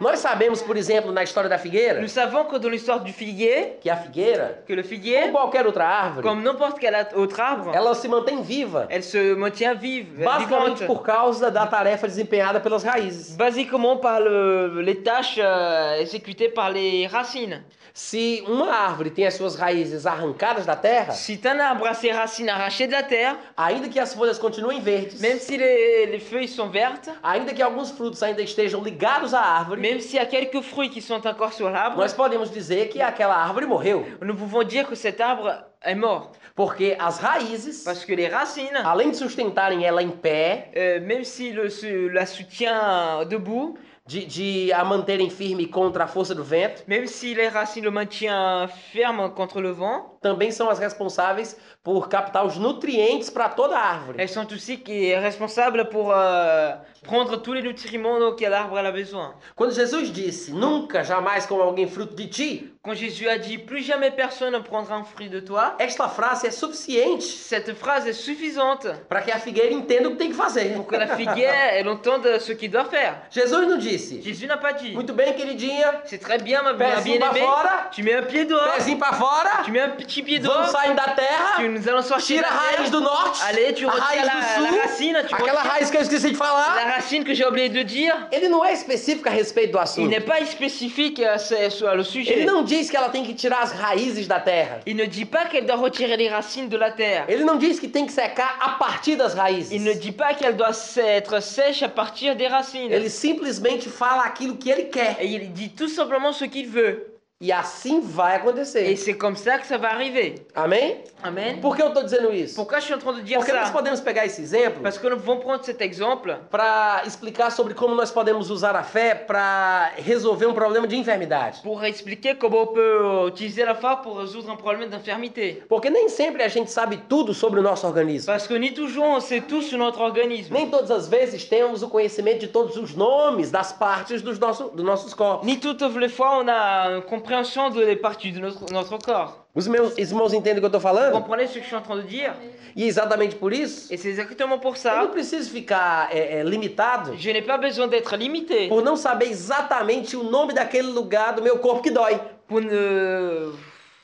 Nós sabemos, por exemplo, na história da figueira,
Nous savons que dans l'histoire du figuier,
que a figueira,
que le
como
figuier,
qualquer outra árvore,
comme n'importe quel autre arbre,
ela se mantém viva,
elle se maintient vive,
basicamente
vivante.
por causa da tarefa desempenhada pelas raízes.
Basiquement par le- les tâches euh, exécutées par les racines.
Se uma árvore tem as suas raízes arrancadas da terra,
Si un arbre a ses racines arrachées de la terre,
ainda que as folhas continuem verdes,
même si les, les feuilles sont vertes,
ainda que alguns frutos ainda estejam ligados à árvore,
même s'il y a quelques fruits qui sont encore sur l'arbre,
nós podemos dizer que aquela árvore morreu,
nous pouvons dire que cet arbre est mort.
porque as raízes,
Parce que les racines,
além de sustentarem ela em pé,
euh, même si le, su- la soutient debout,
de, de a manterem firme contra a força do vento,
même si les racines le maintient ferme contre le vent,
também são as responsáveis por captar os nutrientes para toda a árvore.
elles sont aussi qui est responsable pour euh, prendre tous les nutriments dont quel arbre elle a besoin.
Quando Jesus disse, nunca, jamais como alguém fruto de ti,
Quand Jésus a dit plus jamais personne ne prendra un fruit de toi,
esta frase é suficiente
cette phrase est suffisante
para que a figueira entenda o que tem que fazer.
pour que la figuière elle entende ce qu'il doit faire.
Jesus não disse,
Jésus n'a pas dit.
muito bem, queridinha,
C'est très bien ma bien
pezinho pra
aimée.
fora,
Tu mets un pied dehors.
pezinho pra fora,
Tu mets un petit pied
vamos
dehors.
saindo da
Tu
terra,
nous allons sortir
tira a
la terre.
raiz do norte,
Allez, tu
a raiz
retires la,
do
la
sul,
racine, tu
aquela
retires
raiz que eu esqueci de falar.
la racine que j'ai oublié de dire.
Ele não é específico a respeito do
Il
assunto.
n'est pas spécifique à ce- sur le
Ele
sujet.
não diz que ela tem que tirar as raízes da terra.
Il ne dit pas qu'elle doit retirer les racines de la terre.
Ele não diz que tem que secar a partir das
Il ne
raízes.
dit pas qu'elle doit s- être sèche à partir des racines.
Ele simplesmente fala aquilo que ele quer.
Et il dit tout simplement ce qu'il veut.
E assim vai
Et
acontecer.
c'est comme ça que ça va arriver.
Amém?
Amen.
Por que eu tô dizendo isso?
Pourquoi je suis en train de dire
Porque nós
ça
podemos pegar esse exemplo
Parce que nous pouvons prendre cet exemple
para explicar sobre como nós podemos usar a fé para resolver um problema de enfermidade.
pour expliquer comment on peut euh, utiliser la foi pour résoudre un problème d'infirmité.
Porque nem sempre a gente sabe tudo sobre o nosso organismo.
Parce que ni toujours on sait tout sur notre organisme.
Nem todas as vezes temos o conhecimento de todos os nomes das partes dos, nosso, dos nossos corpos.
Ni toutes les fois on a une compréhension de les parties de notre, notre corps.
Os meus irmãos entendem o que eu tô
Vous
falando?
comprenez ce que je suis en train de dire
E exatamente por isso,
Et c'est exactement pour
eu
ça,
não preciso ficar é, é, limitado
je n'ai pas besoin d'être limité
por não saber exatamente o nome daquele lugar do meu corpo que dói.
pour ne...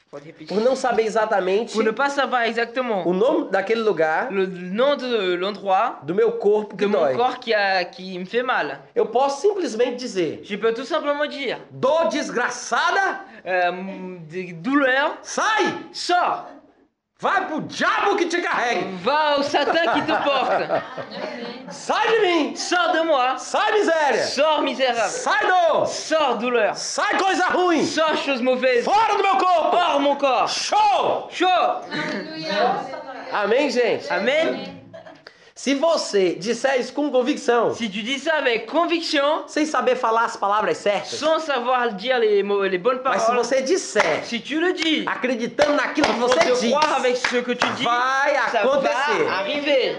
Pour
Por não saber exatamente
pour ne pas savoir exactement
o nome daquele lugar
le nom de l'endroit
do meu corpo
de
que
mon
dói.
corps qui, a, qui me fait mal.
Eu posso simplesmente dizer:
Je peux tout simplement dire,
dor desgraçada,
euh, m- des douleurs,
sai!
sors
Vai pro diabo que te carregue!
Va au Satan qui te porte.
Sai de mim!
Sors de moi.
Sai miséria!
Sors misérable.
Sai dor!
Sors douleur.
Sai coisa ruim!
Sors chose mauvaise.
Fora do meu corpo!
Hors mon corps.
Show!
Chaud.
Amém, gente?
Amen.
Se você disser isso com convicção,
Si tu dis ça avec conviction,
sem saber falar as palavras certas,
sans savoir dire les, mots- les bonnes
mas se
paroles,
você disser
si tu le dis,
acreditando naquilo que
sans
você
te
diz,
croire avec ce que tu dis,
vai
ça
acontecer.
va arriver.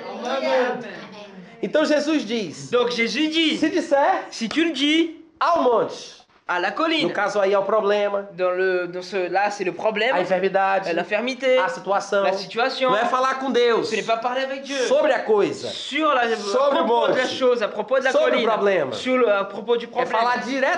Então Jesus diz:
Donc Jésus dit,
se disser
si tu le dis
ao monte,
à la
no
colline,
caso aí é o problema,
dans le, dans ce, là c'est le
a
problème,
enfermidade,
euh, l'infirmité,
a situação,
la situation,
não é falar com Deus
ce n'est pas parler avec Dieu.
sobre a coisa,
sur la,
Sobre
à
o
propos
monte.
de la chose, à propos de la
Sobre o
colline,
problema.
sur le- à propos
é
du problème.
falar
C'est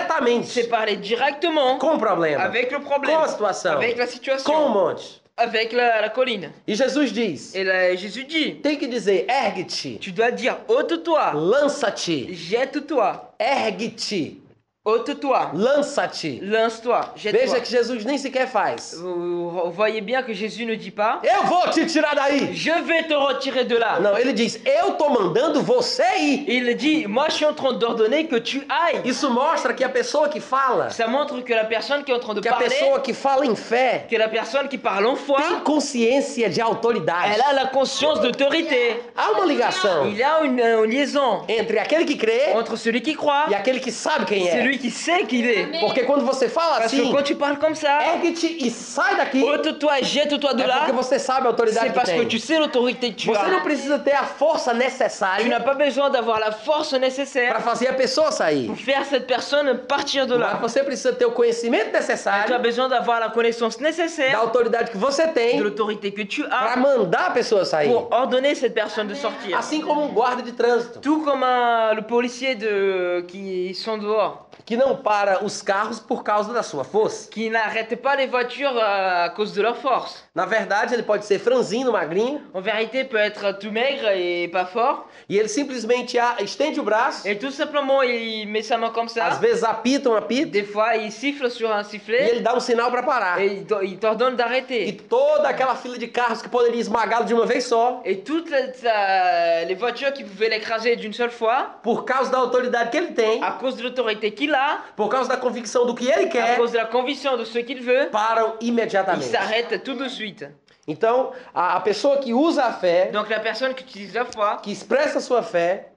diretamente
parler directement
com o problema,
avec le
com
problème,
a situação,
avec la situation,
com o monte.
avec la, la colline.
E Jesus diz:
Et là, Jésus dit,
tem que dizer, ergue-te,
tu dois dire ôte-toi,
lança-te,
jette-toi,
ergue-te,
Ôte-toi,
Lança-te.
lance-toi, jette-toi.
Veja que Jesus nem sequer faz.
Vous vous voyez bien que Jésus ne dit pas
Eu vou te tirar daí.
Je vais te retirer de là.
Não, ele diz: Eu tô mandando você ir.
Il dit Moi, je suis en train d'ordonner que tu ailles.
Isso mostra que a pessoa que fala,
Ça montre que la personne qui est en train de
que a
parler,
pessoa que fala em fé,
que la personne qui parle en foi,
tem consciência de autoridade.
elle a la conscience d'autorité.
Há uma ligação
Il y a une, une liaison
entre aquele que crê
entre celui qui croit
e aquele que sabe quem
et
é.
celui qui sait qu'il est.
Porque quando você fala
Parce
assim,
que quand tu parles comme ça,
ergue-te e sai daqui,
ôte-toi et jette-toi de
é
là.
porque você sabe a autoridade
C'est
que
parce que
tem.
tu sais l'autorité que tu
Você não
as.
precisa ter a força
Tu
necessária
n'as pas besoin d'avoir la force
para
nécessaire
fazer a pessoa sair.
pour faire cette personne partir de
Mas
là.
você precisa ter o conhecimento
Tu as
necessário
besoin d'avoir la connaissance
da
nécessaire
autoridade que você
de
tem
l'autorité que tu
para
as
mandar a pessoa sair.
pour ordonner cette personne de sortir.
Assim como um guarda de trânsito
Tout comme un- le policier de, qui sont dehors,
que não para os carros por causa da sua força.
qui n'arrête pas les voitures euh, à cause de leur force.
Na verdade, ele pode ser franzino, magrinho,
En vérité, peut être tout maigre et pas fort.
e ele simplesmente a- estende o braço,
Et tout simplement, il met sa main comme
às
ça.
vezes apita um apito,
Des fois, il siffle sur un
e
sifflet
ele dá um sinal para parar.
et il t'or- il t'ordonne
E
d'arrêter.
toda aquela fila de carros que poderia esmagá-lo de uma vez só,
Et toutes les, euh, les voitures qui pouvaient l'écraser d'une seule fois,
por causa da autoridade que ele tem,
à cause de l'autorité qu'il a,
por causa da convicção do que ele
à
quer,
cause de la conviction de ce qu'il veut,
param
il
imediatamente.
s'arrête tout de suite.
Então, a, a pessoa que usa a fé,
Donc la personne qui utilise la foi,
que expressa a sua fé,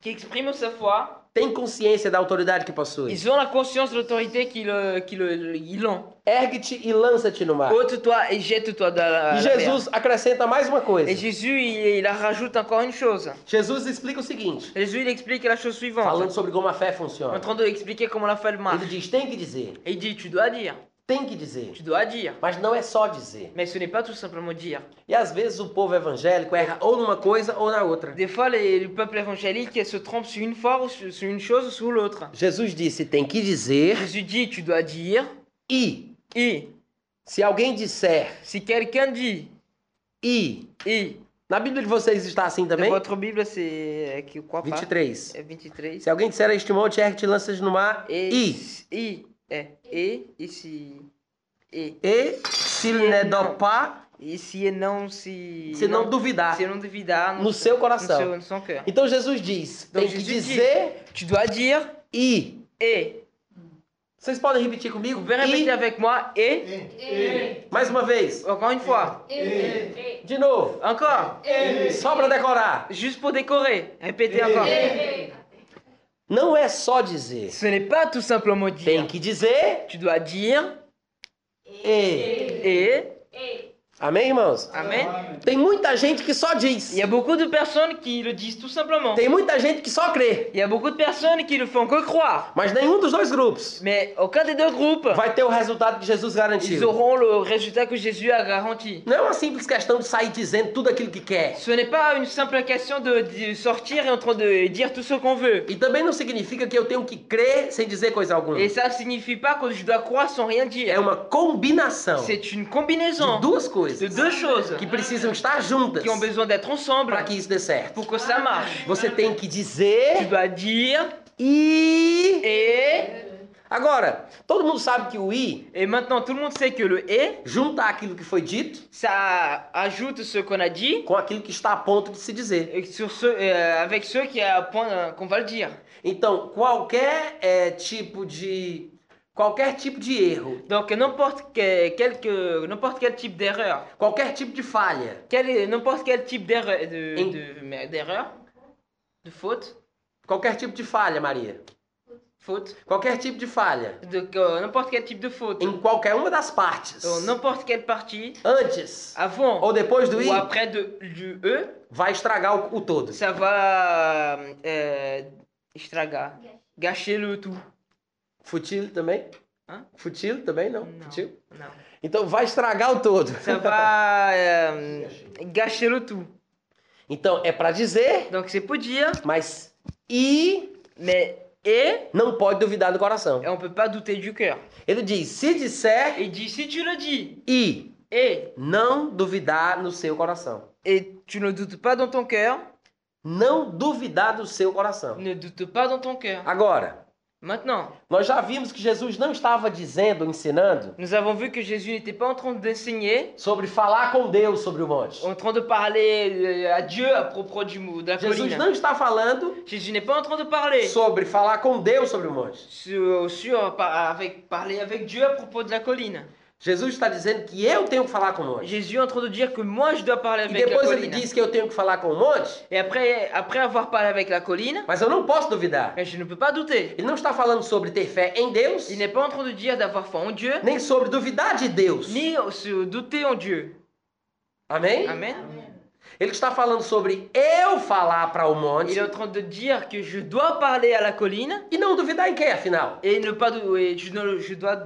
qui exprime sa foi,
tem consciência da autoridade que possui.
Ils ont la conscience de l'autorité qu'ils euh, qu'ils, euh, ils l'ont.
Ergue-te e lança-te no mar.
Ôte-toi et jette-toi dans la,
E
la mer.
Jesus acrescenta mais uma
Et
coisa.
Jésus, il, il en rajoute encore une chose.
Jesus explica o seguinte,
Jésus, il explique la chose
falando
suivante.
sobre como a fé
En
funciona.
train d'expliquer comment la foi marche.
Ele diz, tem que dizer,
Et il dit, tu dois dire,
tem que dizer.
tu dois dire.
Mas não é só dizer.
Mais ce n'est pas tout simplement dire.
E às vezes o povo evangélico erra ou numa coisa ou na outra.
Des fois, les- le peuple évangélique se trompe sur une fois, ou sur, sur une chose ou sur l'autre.
Jesus disse, tem que dizer
Jésus dit, tu dois dire.
e.
Et
Se alguém disser
si quelqu'un dit,
e.
et,
Na Bíblia de vocês está assim
dans
também?
votre Bible, c'est euh, quoi pas
23.
Euh, 23.
Se alguém disser a este monte, ergue-te e lanças no mar
Et,
e.
et, eh, et, ici, et,
E se lhe dopar,
et si et non, si,
se não duvidar
si non Ah, duvidar,
no seu coração.
no son cœur.
Então Jesus diz,
Então,
tem que
Jesus
dizer
Tu dois dire
e.
et.
Vocês podem repetir comigo?
Vous pouvez répéter
E,
avec moi et,
mais uma vez.
encore une fois,
De novo.
encore,
Só para decorar.
juste pour décorer, répétez encore.
Não é só dizer.
Ce n'est pas tout simplement
Tem
dire.
que dizer
Tu dois dire
e.
et.
Amém, irmãos?
Amen.
Tem muita gente que só diz.
Il y a beaucoup de personnes qui le disent tout simplement.
Tem muita gente que só crê.
Il y a beaucoup de personnes qui le font que croire.
Mas nenhum dos dois grupos
Mais aucun des deux groupes.
vai ter o resultado que Jesus
Ils
garantiu.
auront le résultat que Jésus a garanti.
Não é uma simples questão de sair dizendo tudo aquilo que quer.
Ce n'est pas une simple question de, de sortir et en train de dire tout ce qu'on veut.
E também não significa que eu tenho que crer sem dizer coisa alguma.
Et ça ne signifie pas que je dois croire sans rien
É
dire.
uma combinação de
C'est une combinaison
duas
de
coisas
deux choses
que precisam estar juntas
qui ont besoin d'être ensemble
para que isso dê certo.
pour que ça marche.
Você tem que
Tu
dizer
dois dire
e.
et...
Agora, todo mundo sabe que o i
Et maintenant, tout le monde sait que le et,
junta aquilo que foi dito
ça ajoute ce qu'on a dit
com aquilo que está a ponto de se dizer.
et sur ce, euh, avec ceux qui à point euh, qu'on va le dire.
Então, qualquer é, tipo de qualquer tipo de erro,
Donc, n'importe quel, quel que- n'importe quel type d'erreur
qualquer tipo de falha,
Quel est- n'importe quel type d'erreur, de,
Et-
de- mais d'erreur, de faute,
qualquer tipo de falha, Maria,
faute,
qualquer tipo de falha
de euh, n'importe quel type de faute,
em qualquer uma das partes,
dans n'importe quelle partie,
antes
avant
ou depois do i,
ou après de, du e,
vai estragar o, o todo.
ça va euh, estraga- gâcher le tout.
Futil também?
Hã?
Futil também não?
Non,
Futil?
non.
Então vai estragar o todo.
Ça va euh, gâcher le tout.
Então é para dizer
Donc c'est pour dire,
Mas e
mais et,
não pode duvidar do coração.
et on peut pas douter du cœur.
Ele diz: se disser
Il dit si tu le dis
e
et
não duvidar no seu coração.
et tu ne doutes pas dans ton cœur,
Não duvidar do seu coração.
ne doute pas dans ton cœur.
Agora,
Maintenant,
Nós já vimos que Jesus não estava dizendo, ensinando,
nous avons vu que Jésus n'était pas en train d'enseigner,
sobre falar com Deus sobre o monte.
en train de parler euh, à Dieu à propos du, mou- de la
Jesus
colline.
não está falando
Jésus n'est pas en train de parler
sobre falar com Deus sobre o monte.
sur, sur- par- avec, parler avec Dieu à propos de la colline.
Jesus está dizendo que eu tenho que falar com o monte.
Jésus est en train de dire que moi je dois parler
E
avec la
depois ele
colline.
diz que eu tenho que falar com o monte,
Et après, après avoir parlé avec la colline, eh,
mas eu não posso duvidar.
je ne peux pas douter.
Ele não está falando sobre ter fé em Deus,
Il n'est pas en train de dire d'avoir foi en Dieu,
nem sobre duvidar de Deus.
ni se douter en Dieu.
Amém?
Amen.
Ele está falando sobre eu falar para o monte
Il est en train de dire que je dois parler à la colline
e não duvidar em quem, afinal.
et ne pas dou- et je ne je dois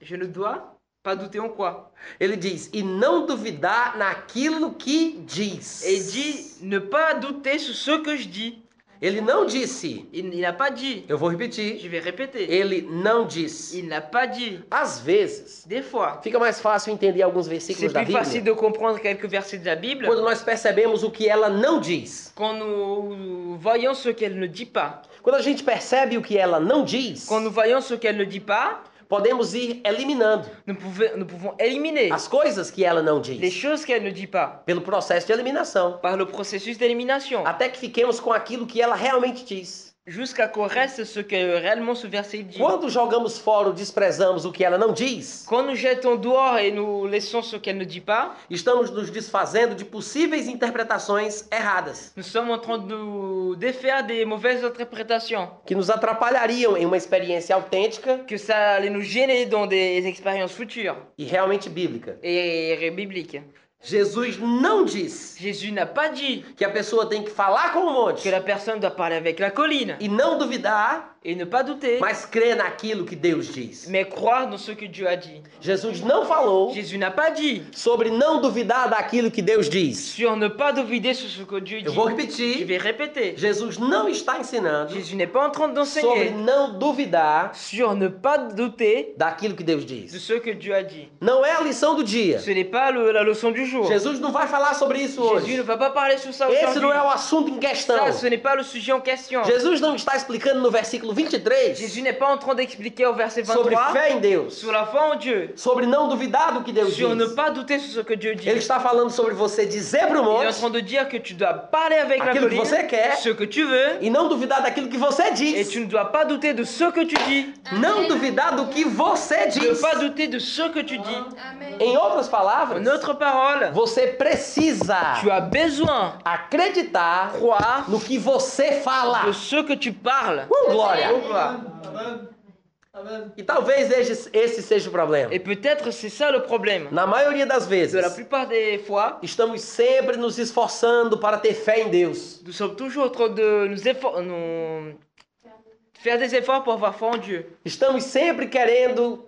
je ne dois pas douter en quoi.
Ele diz, e não duvidar naquilo que diz.
Et il dit ne pas douter sur ce que je dis.
Ele não disse,
Il il n'a pas dit.
eu vou repetir,
Je vais répéter.
ele não disse.
Il n'a pas dit.
Às vezes,
Des fois,
fica mais fácil entender alguns
c'est
versículos da
plus facile
Bíblia
de comprendre quelques versets de la Bible
quando nós percebemos o que ela não diz.
quand nous voyons ce qu'elle ne dit pas.
Quando a gente percebe o que ela não diz,
Quand nous voyons ce qu'elle ne dit pas,
podemos ir eliminando
nous, pouvons- nous pouvons éliminer
as coisas que ela não
les
diz
choses qu'elle ne dit pas
pelo processo de eliminação,
par le processus d'élimination
até que fiquemos com aquilo que ela realmente diz.
jusqu'à qu'on reste ce que réellement ce verset dit.
Quando jogamos fora ou desprezamos o que ela não diz,
Quand nous jetons dehors et nous laissons ce qu'elle ne dit pas,
estamos nos desfazendo de possíveis interpretações erradas
nous sommes en train de nous défaire des mauvaises interprétations,
que nos atrapalhariam em uma experiência autêntica
que ça allait nous gêner dans des expériences futures
e realmente bíblica.
et bibliques.
Jesus não diz
Jésus n'a pas dit
que a pessoa tem que falar com o monte
que la personne doit parler avec la colline
e não duvidar,
et ne pas douter,
mas crer naquilo que Deus diz.
mais croire dans ce que Dieu a dit.
Jesus não falou
Jésus n'a pas dit
sobre não duvidar daquilo que Deus diz.
sur ne pas duvider sur ce que Dieu
Eu
dit.
vou
Je
repetir.
vais répéter.
Jesus não está ensinando
Jésus n'est pas en train
sobre
d'enseigner
não duvidar
sur ne pas douter
daquilo que Deus
de
diz.
ce que Dieu a dit.
Não é a lição do dia.
Ce n'est pas le- la leçon du jour.
Jesus não vai falar sobre isso
Jésus ne
hoje.
va pas parler sur ça
Esse não é
aujourd'hui.
o assunto em questão.
Ça, ce n'est pas le sujet en question.
Jesus não está explicando no versículo 23
Jésus n'est pas en train d'expliquer au verset
sobre
23
fé em Deus,
sur la foi en Dieu,
sobre não duvidar do que Deus diz.
sur ne pas douter sur ce que Dieu dit.
Ele está falando sobre você dizer para o
Il est en
monte
train de dire que tu dois parler avec la
Aquilo que
colline,
você quer.
ce que tu veux,
e não duvidar daquilo que você
et
diz.
tu ne dois pas douter de ce que tu dis.
Não duvidar do que você
Ne
diz.
pas douter de ce que tu dis.
Amém.
Em outras palavras,
En autre parole,
você precisa
tu as besoin
acreditar
de croire
no que você fala.
de ce que tu parles.
Uh, glória!
Ou pas.
E talvez esse, esse seja o problema.
Et peut-être c'est ça le problème.
Na maioria das
De la
vezes,
plupart des fois,
estamos sempre nos esforçando para ter fé em Deus.
nous sommes toujours en train de nous, effor- euh, nous- faire des efforts pour avoir foi en Dieu.
Estamos sempre querendo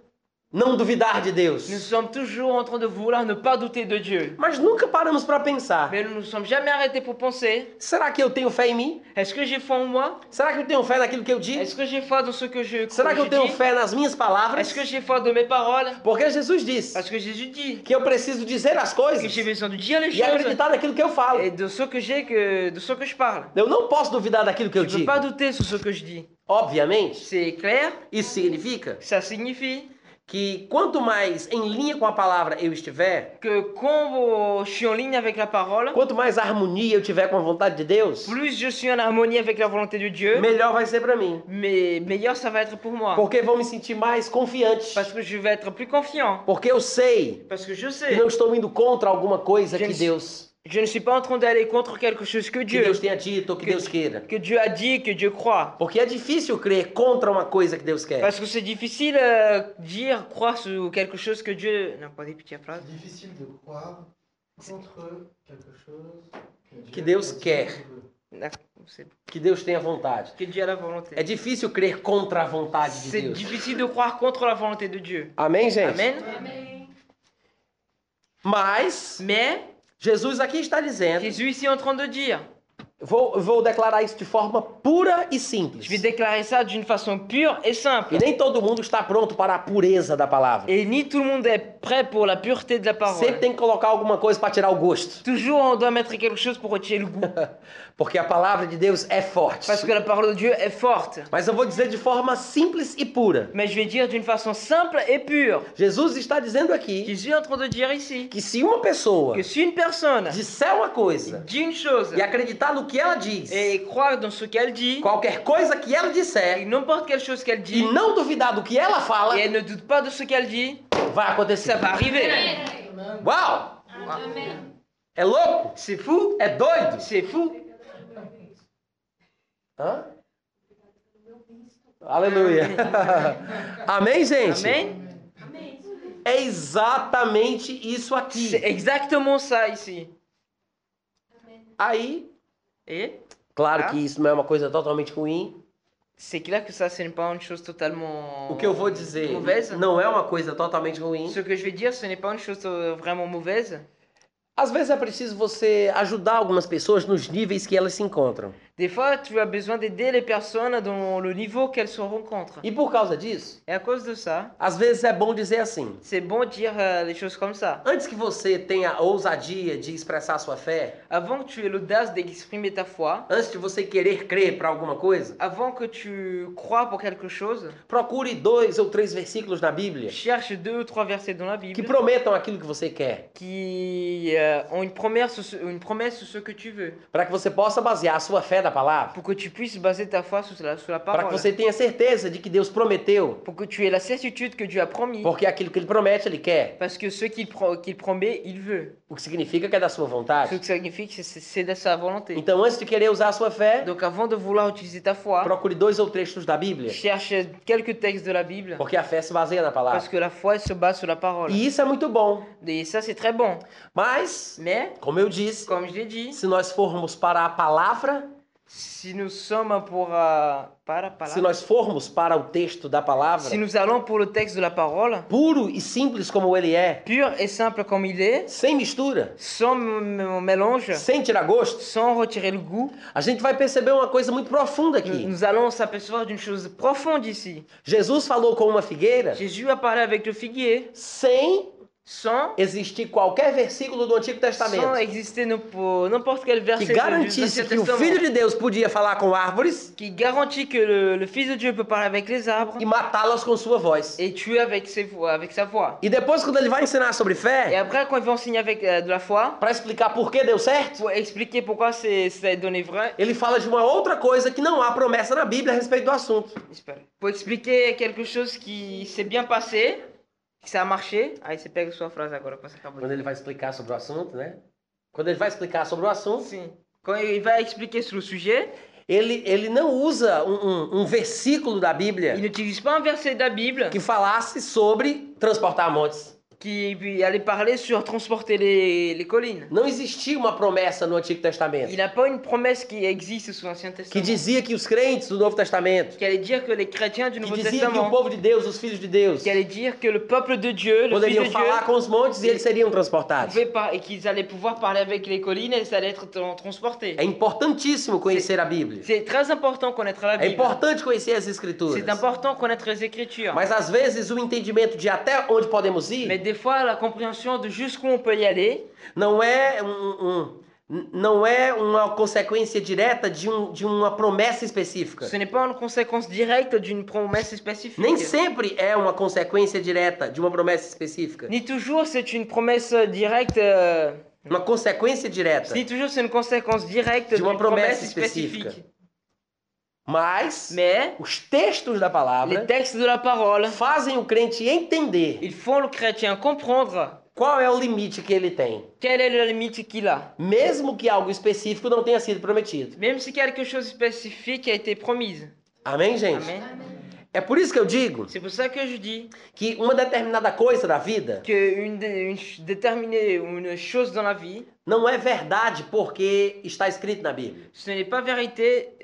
não duvidar de Deus.
Nous sommes toujours en train de vouloir ne pas douter de Dieu.
Mas nunca paramos para pensar:
Mais nous ne nous sommes jamais arrêtés pour penser
será que eu tenho fé em mim?
est-ce que j'ai foi en moi
Será que eu tenho fé naquilo que eu digo?
Est-ce que j'ai foi dans ce que je, É que
Será que
je
eu tenho
dis
fé nas minhas palavras?
Est-ce é que j'ai foi dans mes paroles
Porque Jesus disse
Parce que Jésus dit
que eu preciso dizer as
É que né?
coisas
j'ai besoin de dire les
e
choses
acreditar naquilo que eu falo.
et de ce que j'ai que de ce que je parle.
Eu não posso duvidar daquilo que eu
Je ne peux
digo.
pas douter sur ce que je dis.
Obviamente,
C'est clair
isso significa
Ça signifie
que quanto mais em linha com a palavra eu estiver,
que quand je suis en ligne avec la parole,
quanto mais harmonia eu tiver com a vontade de Deus,
plus je suis en harmonie avec la volonté de Dieu,
melhor vai ser pra mim.
mais meilleur ça va être pour moi.
Porque vou me sentir mais confiante.
Parce que je vais être plus confiant.
Porque eu sei
Parce que je
que
sais,
não estou indo contra alguma coisa que
Gente,
Deus,
je ne suis pas en train d'aller contre quelque chose que
que
Dieu,
Deus tenha dito ou que
que-
Deus queira.
que Dieu a dit, que Dieu croit.
Porque é difícil crer contra uma coisa que Deus quer.
Parce que c'est difficile euh, dire, croire sur quelque chose que Dieu... Non, pas des petites phrases.
C'est difficile Tá de croire contre quelque chose que Dieu,
Que Deus
a dit
quer.
qu'il veut.
D'accord, c'est-
Que Deus tenha vontade.
Que Dieu a la volonté.
É difícil crer contra a vontade de
C'est
Deus.
difficile de croire contre la volonté de Dieu.
Amém, gente?
Amen.
Amém.
Mas
Mais
Jesus aqui está dizendo
Jésus ici est en train de dire
Vou, vou declarar isso de forma pura e simples.
Je vais déclarer ça d'une façon pure et simple.
E nem todo mundo está pronto para a pureza da palavra.
Et ni tout le monde est prêt pour la pureté de la
Sempre
parole.
tem que colocar alguma coisa para tirar o gosto.
Toujours on doit mettre quelque chose pour retirer le goût.
Porque a palavra de Deus é forte.
Parce que la parole de Dieu est forte.
Mas eu vou dizer de forma simples e pura.
Mais je vais dire d'une façon simple et pure.
Jesus está dizendo aqui
Jésus est en train de dire ici
que se uma pessoa
que si une personne
disser uma coisa
dit une chose
e acreditar no que ela diz,
et croire dans ce qu'elle dit,
qualquer coisa que ela
et
disser
n'importe quelle chose qu'elle
e
dit,
não duvidar do que ela fala,
et elle ne doute pas de ce qu'elle dit,
vai acontecer.
ça va arriver.
Uau!
Amém.
É louco?
C'est fou,
É doido?
c'est fou.
Hã? Aleluia. <laughs> Amém, gente?
Amen.
É exatamente isso aqui.
C'est exactement ça ici.
Aí,
Et
claro
Tá.
que isso não é uma coisa totalmente ruim.
c'est clair que ça, ce n'est pas une chose totalement
O que eu vou dizer
mauvaise.
não é uma coisa totalmente ruim.
Ce que je vais dire, ce n'est pas une chose euh, vraiment mauvaise.
Às vezes é preciso você ajudar algumas pessoas nos níveis que elas se encontram.
Des fois, tu as besoin d'aider les personnes dans le niveau qu'elles se rencontrent.
E por causa disso,
Et à cause de ça,
às vezes é bom dizer assim:
c'est bon de dire euh, les choses comme ça.
antes que você tenha a ousadia de expressar a sua fé,
Avant que tu aies l'audace d'exprimer ta foi,
antes de você querer crer para alguma coisa,
avant que tu crois pour quelque chose,
procure dois ou três versículos na Bíblia
cherche deux ou trois versets dans la
que
Bible
prometam aquilo que você quer,
qui euh, ont une promesse, sur ce- une promesse sur ce que tu veux,
para que você possa basear a sua fé na palavra,
pour que tu puisses baser ta foi sur la, sur la
para
parole,
que você tenha certeza de que Deus prometeu,
pour que tu aies la certitude que Dieu a promis,
porque aquilo que ele promete, ele quer,
parce que ce qu'il pro- qu'il promet, il veut.
o que significa que é da sua
Ce qui
vontade.
signifie que c'est- c'est c'est de sa volonté.
Então, antes de querer usar a sua fé,
Donc avant de vouloir utiliser ta foi,
procure dois ou três textos da Bíblia,
cherche quelques textes de la Bible,
porque a fé se baseia na
parce
palavra.
que la foi se base sur la parole.
E isso é muito bom.
Et ça, c'est très bon.
Mas,
Mais,
como eu disse,
comme je l'ai dit,
se nós formos para a palavra,
Si nous sommes pour euh, para
se
palavra,
nós formos para o texto da palavra,
si nous allons pour le texte de la parole,
puro e simples como ele é,
pur et simple comme il est,
sem mistura,
sans m- m- mélange,
sem tirar gosto,
sans retirer le goût,
a gente vai perceber uma coisa muito profunda
nous,
aqui.
nous allons s'apercevoir d'une chose profonde ici.
Jesus falou com uma figueira
Jésus a parlé avec le figuier,
sem
sans,
existir qualquer versículo do Antigo
sans
Testamento
exister no- pour n'importe quel
que
verset du- du
garantisse
Ancien
que o
Testament,
Filho de Deus podia falar com árvores
qui garantit que le, le Fils de Dieu peut parler avec les arbres
e matá-las com sua voz.
et tuer avec, ses voix- avec sa voix.
E depois, quando ele vai ensinar sobre
Et
fé,
après, quand il va enseigner avec euh, de la foi,
para explicar por que deu certo,
pour expliquer pourquoi c'est ça est donné vrai,
ele fala de uma outra coisa que não há promessa na Bíblia a respeito do assunto.
Espera. Pour expliquer quelque chose qui s'est bien passé, que ça a marché. Ah, você pega sua frase agora, que você acabou
Quando
de
ele vai explicar sobre o assunto, né? Quando ele vai explicar sobre o assunto,
Sim. Quand il va expliquer sur le sujet,
ele, ele não usa um, um- um versículo da
il
Bíblia
n'utilise pas un verset de la Bible
que falasse sobre transportar montes.
qui lui allait parler sur transporter les, les collines.
Não existia uma promessa no Antigo
Il
Testamento
n'a pas une promesse qui existe sous l'Ancien
que
Testament.
dizia que os crentes do Novo Testamento,
Qui allait dire que les chrétiens du
que
Nouveau
dizia que o
Testament,
povo de Deus, os filhos de Deus,
qui allait dire que le peuple de Dieu, le fils
poderiam
de
falar
Dieu,
com os montes e eles seriam transportados.
pouvait par- et qu'ils allaient pouvoir parler avec les collines et ça allait être tra- transporté.
É importantíssimo conhecer a Bíblia.
C'est très important connaître la
É
Bible.
importante conhecer as Escrituras.
C'est important connaître les Écritures.
Mas às vezes o entendimento de até onde podemos
Mais
ir
des fois, la compréhension de jusqu'où on peut y aller,
não é um- um- n- não é uma consequência direta de, um- de uma promessa específica.
ce n'est pas une conséquence directe d'une promesse spécifique.
Nem sempre é uma consequência direta de uma promessa específica.
Ni toujours c'est une promesse directe. euh,
Uma consequência direta.
Ni toujours c'est une conséquence directe
D'une
d'une promesse
promesse
spécifique.
spécifique. Mas
Mais
os textos da palavra
les textes de la parole,
fazem o crente entender
ils font le chrétien comprendre
qual é o limite que ele tem,
quelle est la limite qu'il a.
mesmo que algo específico não tenha sido prometido.
Même si quelque chose de spécifique a été promise.
Amém, gente?
Amen.
É por isso que eu digo
C'est pour ça que je dis
que uma determinada coisa da vida
qu'une une déterminée une chose dans la vie,
não é verdade porque está escrito na Bíblia.
euh, ce n'est pas vérité.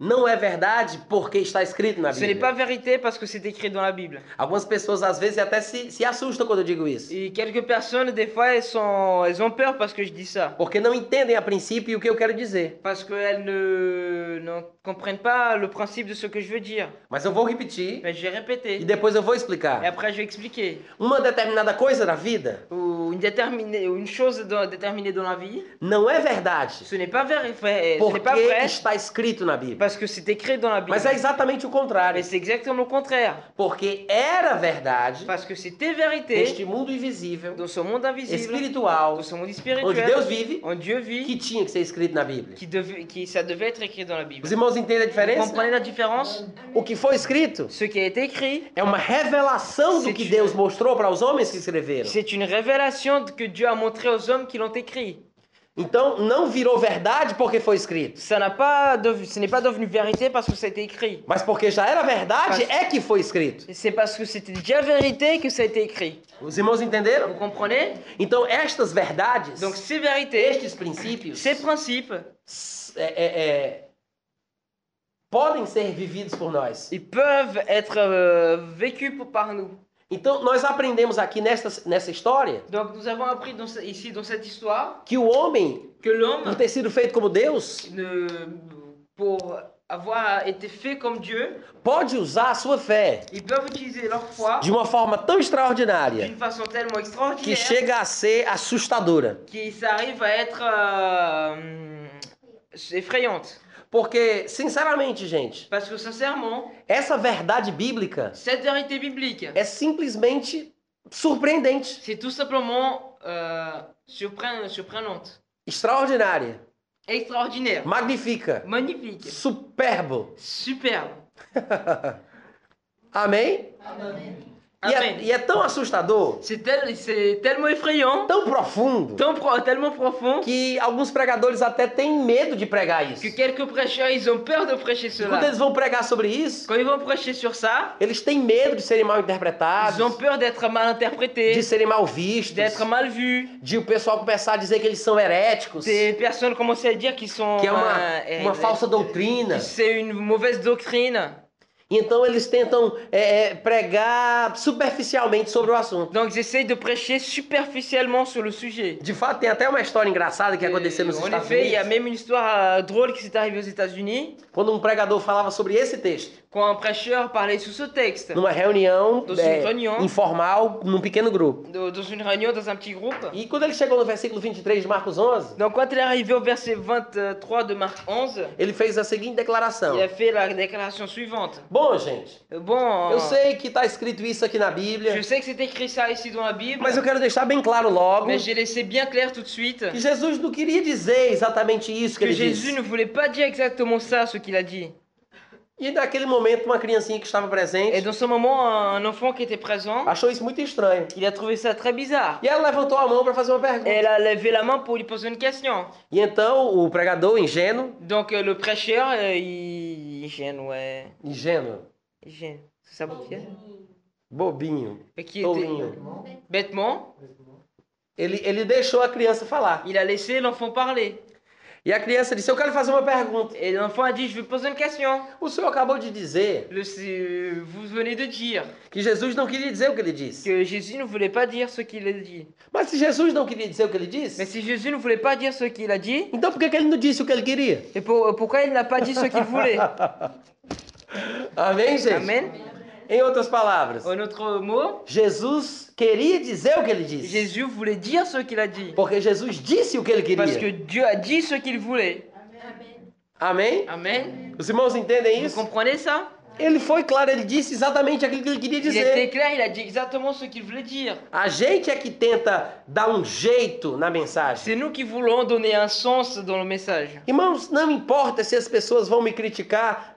Não é verdade porque está escrito na
Ce n'est
Bíblia.
pas vérité parce que c'est écrit dans la Bible.
Algumas pessoas às vezes até se, se assustam quando eu digo isso.
Et quelques personnes, des fois, elles, sont... elles ont peur parce que je dis ça.
Porque não entendem a princípio o que eu quero dizer.
Parce qu'elles ne... ne comprennent pas le principe de ce que je veux dire.
Mas eu vou repetir
Mais je vais
e
répéter.
depois eu vou
Et
explicar.
après, je vais expliquer.
Uma determinada coisa da vida
Ou une, déterminée... ou une chose dans- déterminée dans la vie,
não é verdade
ce n'est pas vrai. vrai- Ce n'est
é porque
pas vrai
está escrito na Bíblia.
parce que c'est écrit dans la Bible.
Mas é exatamente o
Mais
contrário.
c'est exactement le contraire.
Porque era verdade
Parce que c'était vérité
neste mundo invisível,
dans ce monde invisible,
espiritual,
dans ce monde
onde
spirituel,
Deus vive,
en Oh, Dieu vit,
que tinha que ser escrito na Bíblia.
qui devait, qui, ça devait être écrit dans la Bible.
Os irmãos entendem a
Vous
diferença?
comprenez la différence
O que foi escrito
Ce qui a été écrit,
é uma revelação do que Deus mostrou para os homens que escreveram.
c'est une révélation que Dieu a montrée aux hommes qui l'ont écrit.
Então não virou verdade porque foi escrito,
Ça n'a pas, dev- ce n'est pas devenu vérité parce que ça a été écrit.
mas porque já era verdade é que foi escrito.
Et C'est parce que c'était déjà vérité que ça a été écrit.
Os irmãos
Vous
entenderam?
comprenez
Então estas verdades,
Donc ces vérités,
estes princípios,
ces principes,
s- é, é, é, podem ser vividos por nós.
ils peuvent être euh, vécus pour- par nous.
Então nós aprendemos aqui nesta nessa história
Donc nous avons appris dans ce- ici dans cette histoire
que o homem,
que l'homme
por ter sido feito como Deus,
ne- pour avoir été fait comme Dieu,
pode usar a sua fé
ils peuvent utiliser leur foi
de uma forma tão extraordinária
d'une façon tellement
que
extraordinaire
chega a ser assustadora.
qu'ils arrivent à être euh, effrayantes.
Porque, sinceramente, gente,
Parce que sincèrement,
essa verdade bíblica
cette vérité biblique,
é simplesmente surpreendente,
c'est tout simplement euh, surpren- surprenante,
extraordinária,
extraordinaire,
magnífica,
magnifique,
superbo.
superbe.
Amém? E
Amen.
é, e é tão assustador,
C'est tel- c'est tellement effrayant,
tão profundo,
tant pro- tellement profond
que alguns pregadores até têm medo de pregar isso.
que é quelques prêcheurs, ils ont peur de prêcher
Quando
cela.
eles vão pregar sobre isso,
Quand ils vont prêcher sur ça,
eles têm medo de serem mal
ils ont
interpretados,
peur d'être mal
de
interprétés,
serem mal vistos,
d'être mal vus.
de o pessoal começar a dizer que eles são heréticos, que
Ces personnes commencent à dire qu'ils sont...
é uma,
euh,
uma
euh,
falsa doutrina.
que C'est une mauvaise doctrine.
E Então eles tentam é, é, pregar superficialmente sobre o assunto.
Donc ils essayent de prêcher superficiellement sur le sujet.
De fato, tem até uma história engraçada que
Et
aconteceu nos
en
Estados
effet, il y a
Unidos,
même une histoire euh, drôle qui s'est arrivée aux États-Unis
quando um pregador falava sobre esse texto,
quand un prêcheur parlait sous ce texte
numa reunião
Dos
é,
reuniões.
informal, num pequeno grupo.
de- dans une réunion, dans un petit groupe.
E quando ele chegou no versículo 23 de Marcos 11,
Donc quand il est arrivé au verset 23 de Marc 11,
ele fez a seguinte declaração:
il a fait la déclaration suivante.
Bom, gente,
Euh, Bon, euh,
eu sei que está escrito isso aqui na
je
Bíblia,
sais que c'est écrit ça ici dans la Bible,
mas eu quero deixar bem claro logo
mais j'ai laissé bien clair tout de suite
que Jesus não queria dizer exatamente isso que
que
ele
Jésus
disse.
ne voulait pas dire exactement ça, ce qu'il a dit.
E naquele momento, uma criancinha que estava
Et
presente
dans ce moment, un enfant qui était présent,
achou isso muito estranho.
il a trouvé ça très bizarre.
E ela levantou a mão para fazer uma pergunta.
Et elle a levé la main pour lui poser une question.
E então o pregador, ingênuo,
Donc euh, le prêcheur, euh, il... il gêne, ouais.
ingênuo,
Il gêne. C'est ça vous dire
bobinho,
Et qui était
tolinho,
bêtement,
ele, ele deixou a criança falar.
il a laissé l'enfant parler.
E a criança disse: Eu quero fazer uma pergunta.
Et l'enfant a dit, je vais poser une question.
O senhor acabou de dizer
Le, c'est- euh, vous venez de dire
que Jesus não queria dizer o que ele disse.
que Jésus ne voulait pas dire ce qu'il a dit.
Mas se Jesus não queria dizer o que ele
Mais
disse,
si Jésus ne voulait pas dire ce qu'il a dit,
então por que, que ele não disse o que ele queria?
et pour- euh, pourquoi il n'a pas dit ce qu'il voulait
Amém, gente?
Amen.
Em outras palavras,
En autre mot,
Jesus queria dizer o que ele disse.
Jésus voulait dire ce qu'il a dit.
Porque Jesus disse o que ele
Parce que
queria.
Dieu a dit ce qu'il voulait.
Amém?
Amen.
Os irmãos entendem
Vous
isso?
comprenez ça
Ele foi claro, ele disse exatamente aquilo que ele queria
Il
dizer.
était clair, il a dit exactement ce qu'il voulait dire.
A gente é que tenta dar um jeito na mensagem.
C'est nous qui voulons donner un sens dans le message.
Irmãos, não importa se as pessoas vão me criticar,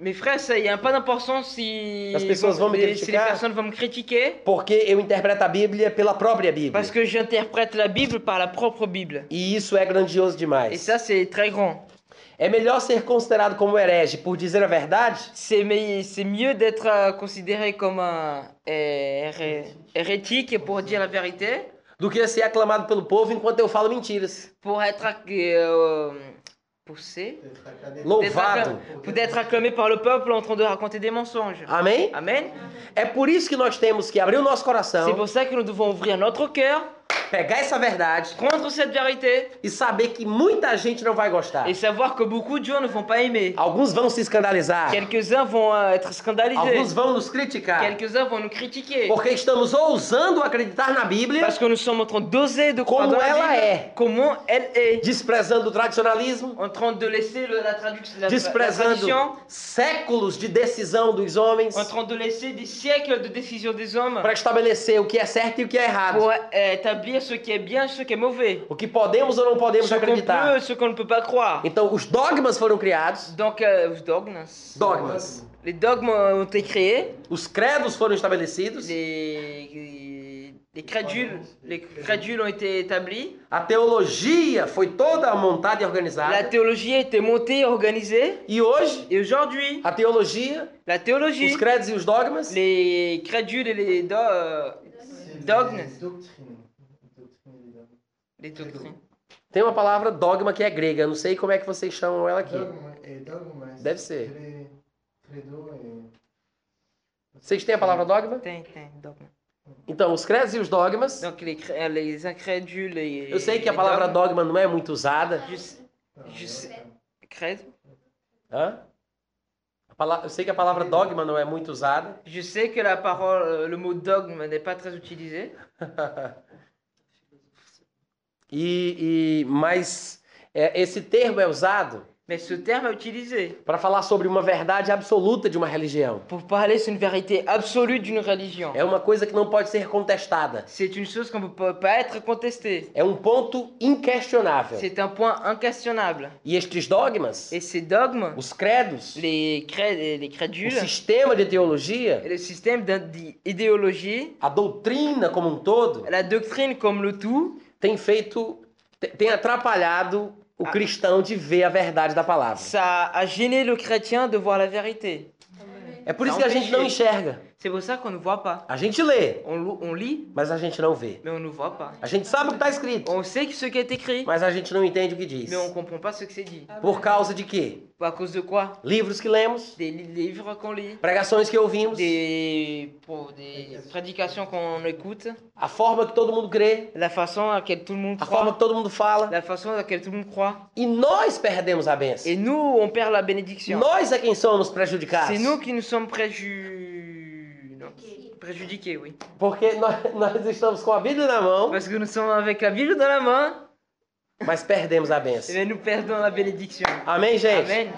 Mes frères, ça y a pas d'importance si,
Las personas vont me
si les
critiquer.
personnes vont me critiquer
porque eu interpreto a Bíblia pela própria Bíblia.
parce que j'interprète la Bible par la propre Bible.
E isso é grandioso
Et
demais.
ça, c'est très grand.
É melhor ser considerado como herege por dizer a verdade
C'est mais- c'est mieux d'être euh, considéré comme un euh, héré- hérétique pour dire la vérité,
do que ser aclamado pelo povo enquanto eu falo mentiras.
pour être euh, poussé,
d'être acclamé.
louvado.
pour être acclamé par le peuple en train de raconter des mensonges.
Amém?
Amen.
É por isso que nós temos que abrir o nosso
C'est
coração,
pour ça que nous devons ouvrir notre cœur,
pegar essa verdade
prendre cette vérité
e saber que muita gente não vai gostar.
et savoir que beaucoup de gens ne vont pas aimer.
Alguns vão se
Ah.
escandalizar,
Quelques-uns vão euh, être
alguns
scandalisés.
vão nos criticar,
Quelques-uns vont nous critiquer.
porque estamos ousando acreditar na Bíblia,
Parce que nous sommes en train d'oser de croire
Como
dans la
ela
Bible,
é.
comment elle est.
desprezando o tradicionalismo,
En train de laisser le- la, traduction, la, la
desprezando
tradition,
séculos de decisão dos homens
en train de laisser des siècles de décision des hommes
para estabelecer o que é certo e o que é errado,
pour euh, établir ce qui est bien et ce qui est mauvais.
o que podemos ou não podemos
Ce qu'on peut
acreditar.
et ce qu'on ne peut pas croire.
Então, os dogmas foram criados,
Donc, euh, les dogmes.
dogmas.
Les dogmes ont été créés.
Os credos foram estabelecidos,
Les, les crédules, les crédules ont été établis.
a teologia foi toda montada e
La
organizada.
théologie a été montée, organisée.
E hoje,
Et aujourd'hui,
a teologia,
la
os
théologie,
credos e os dogmas
les crédules et les, do- euh,
C'est
Dognes.
des Doctrines. Doctrines, évidemment.
les doctrines.
Tem uma palavra dogma que é grega, eu não sei como é que vocês chamam ela aqui.
Dogme et dogme. c'est
Deve ser.
cré- é, Credo é- et.
Vocês têm a palavra dogma?
Tem, tem, dogme.
Então, os credos e os dogmas.
Donc les, cré- euh, les incrédules et
Eu sei que
les
a palavra
dogmes.
dogma não é muito usada.
Je sais-
Ah,
Je
ouais.
sais- crède.
Hã? A pala- Eu sei que a palavra dogma não é muito usada.
Je sais que la parole, euh, le mot dogme n'est pas très utilisé.
E, e- mas é, esse termo é usado
Mais ce terme est utilisé
para falar sobre uma verdade absoluta de uma religião.
pour parler sur une vérité absolue d'une religion.
É uma coisa que não pode ser contestada.
C'est une chose qu'on ne peut pas être contestée.
É um ponto inquestionável.
C'est un point inquestionnable.
E estes dogmas,
Et ces dogmes,
os credos,
les, cré- les
o
crédules,
sistema de teologia,
et le système d'in- d'idéologie,
a doutrina como um todo,
la doctrine comme le tout,
tem feito, te- tem atrapalhado o cristão de ver a verdade da palavra.
ça a gêné le chrétien de voir la vérité.
É por isso que a gente não enxerga.
C'est pour ça qu'on ne voit pas.
A gente lê,
On, lo- on lit,
mas a gente não vê.
mais on ne voit pas.
A gente sabe o que está escrito,
On sait ce qui est écrit,
mas a gente não entende o que diz.
mais on ne comprend pas ce que c'est dit.
Por causa de quê?
À cause de quoi
Livros que lemos,
Des li- livres qu'on lit,
pregações que ouvimos,
des, pour- des prédications qu'on écoute,
a forma que todo mundo crê,
la façon à laquelle tout le monde
a forma
croit,
que todo mundo fala.
la façon à laquelle tout le monde croit.
E nós perdemos a bênção.
Et nous, on perd la bénédiction.
Nós é quem somos prejudicados.
C'est nous qui nous sommes préju... non, préjudiqués, oui.
Porque nós, <laughs> nós estamos com a Bíblia na mão,
Parce que nous sommes avec la Bible dans la main,
mas perdemos a
et
bênção.
bien nous perdons la bénédiction.
Amém, gente?
Amen.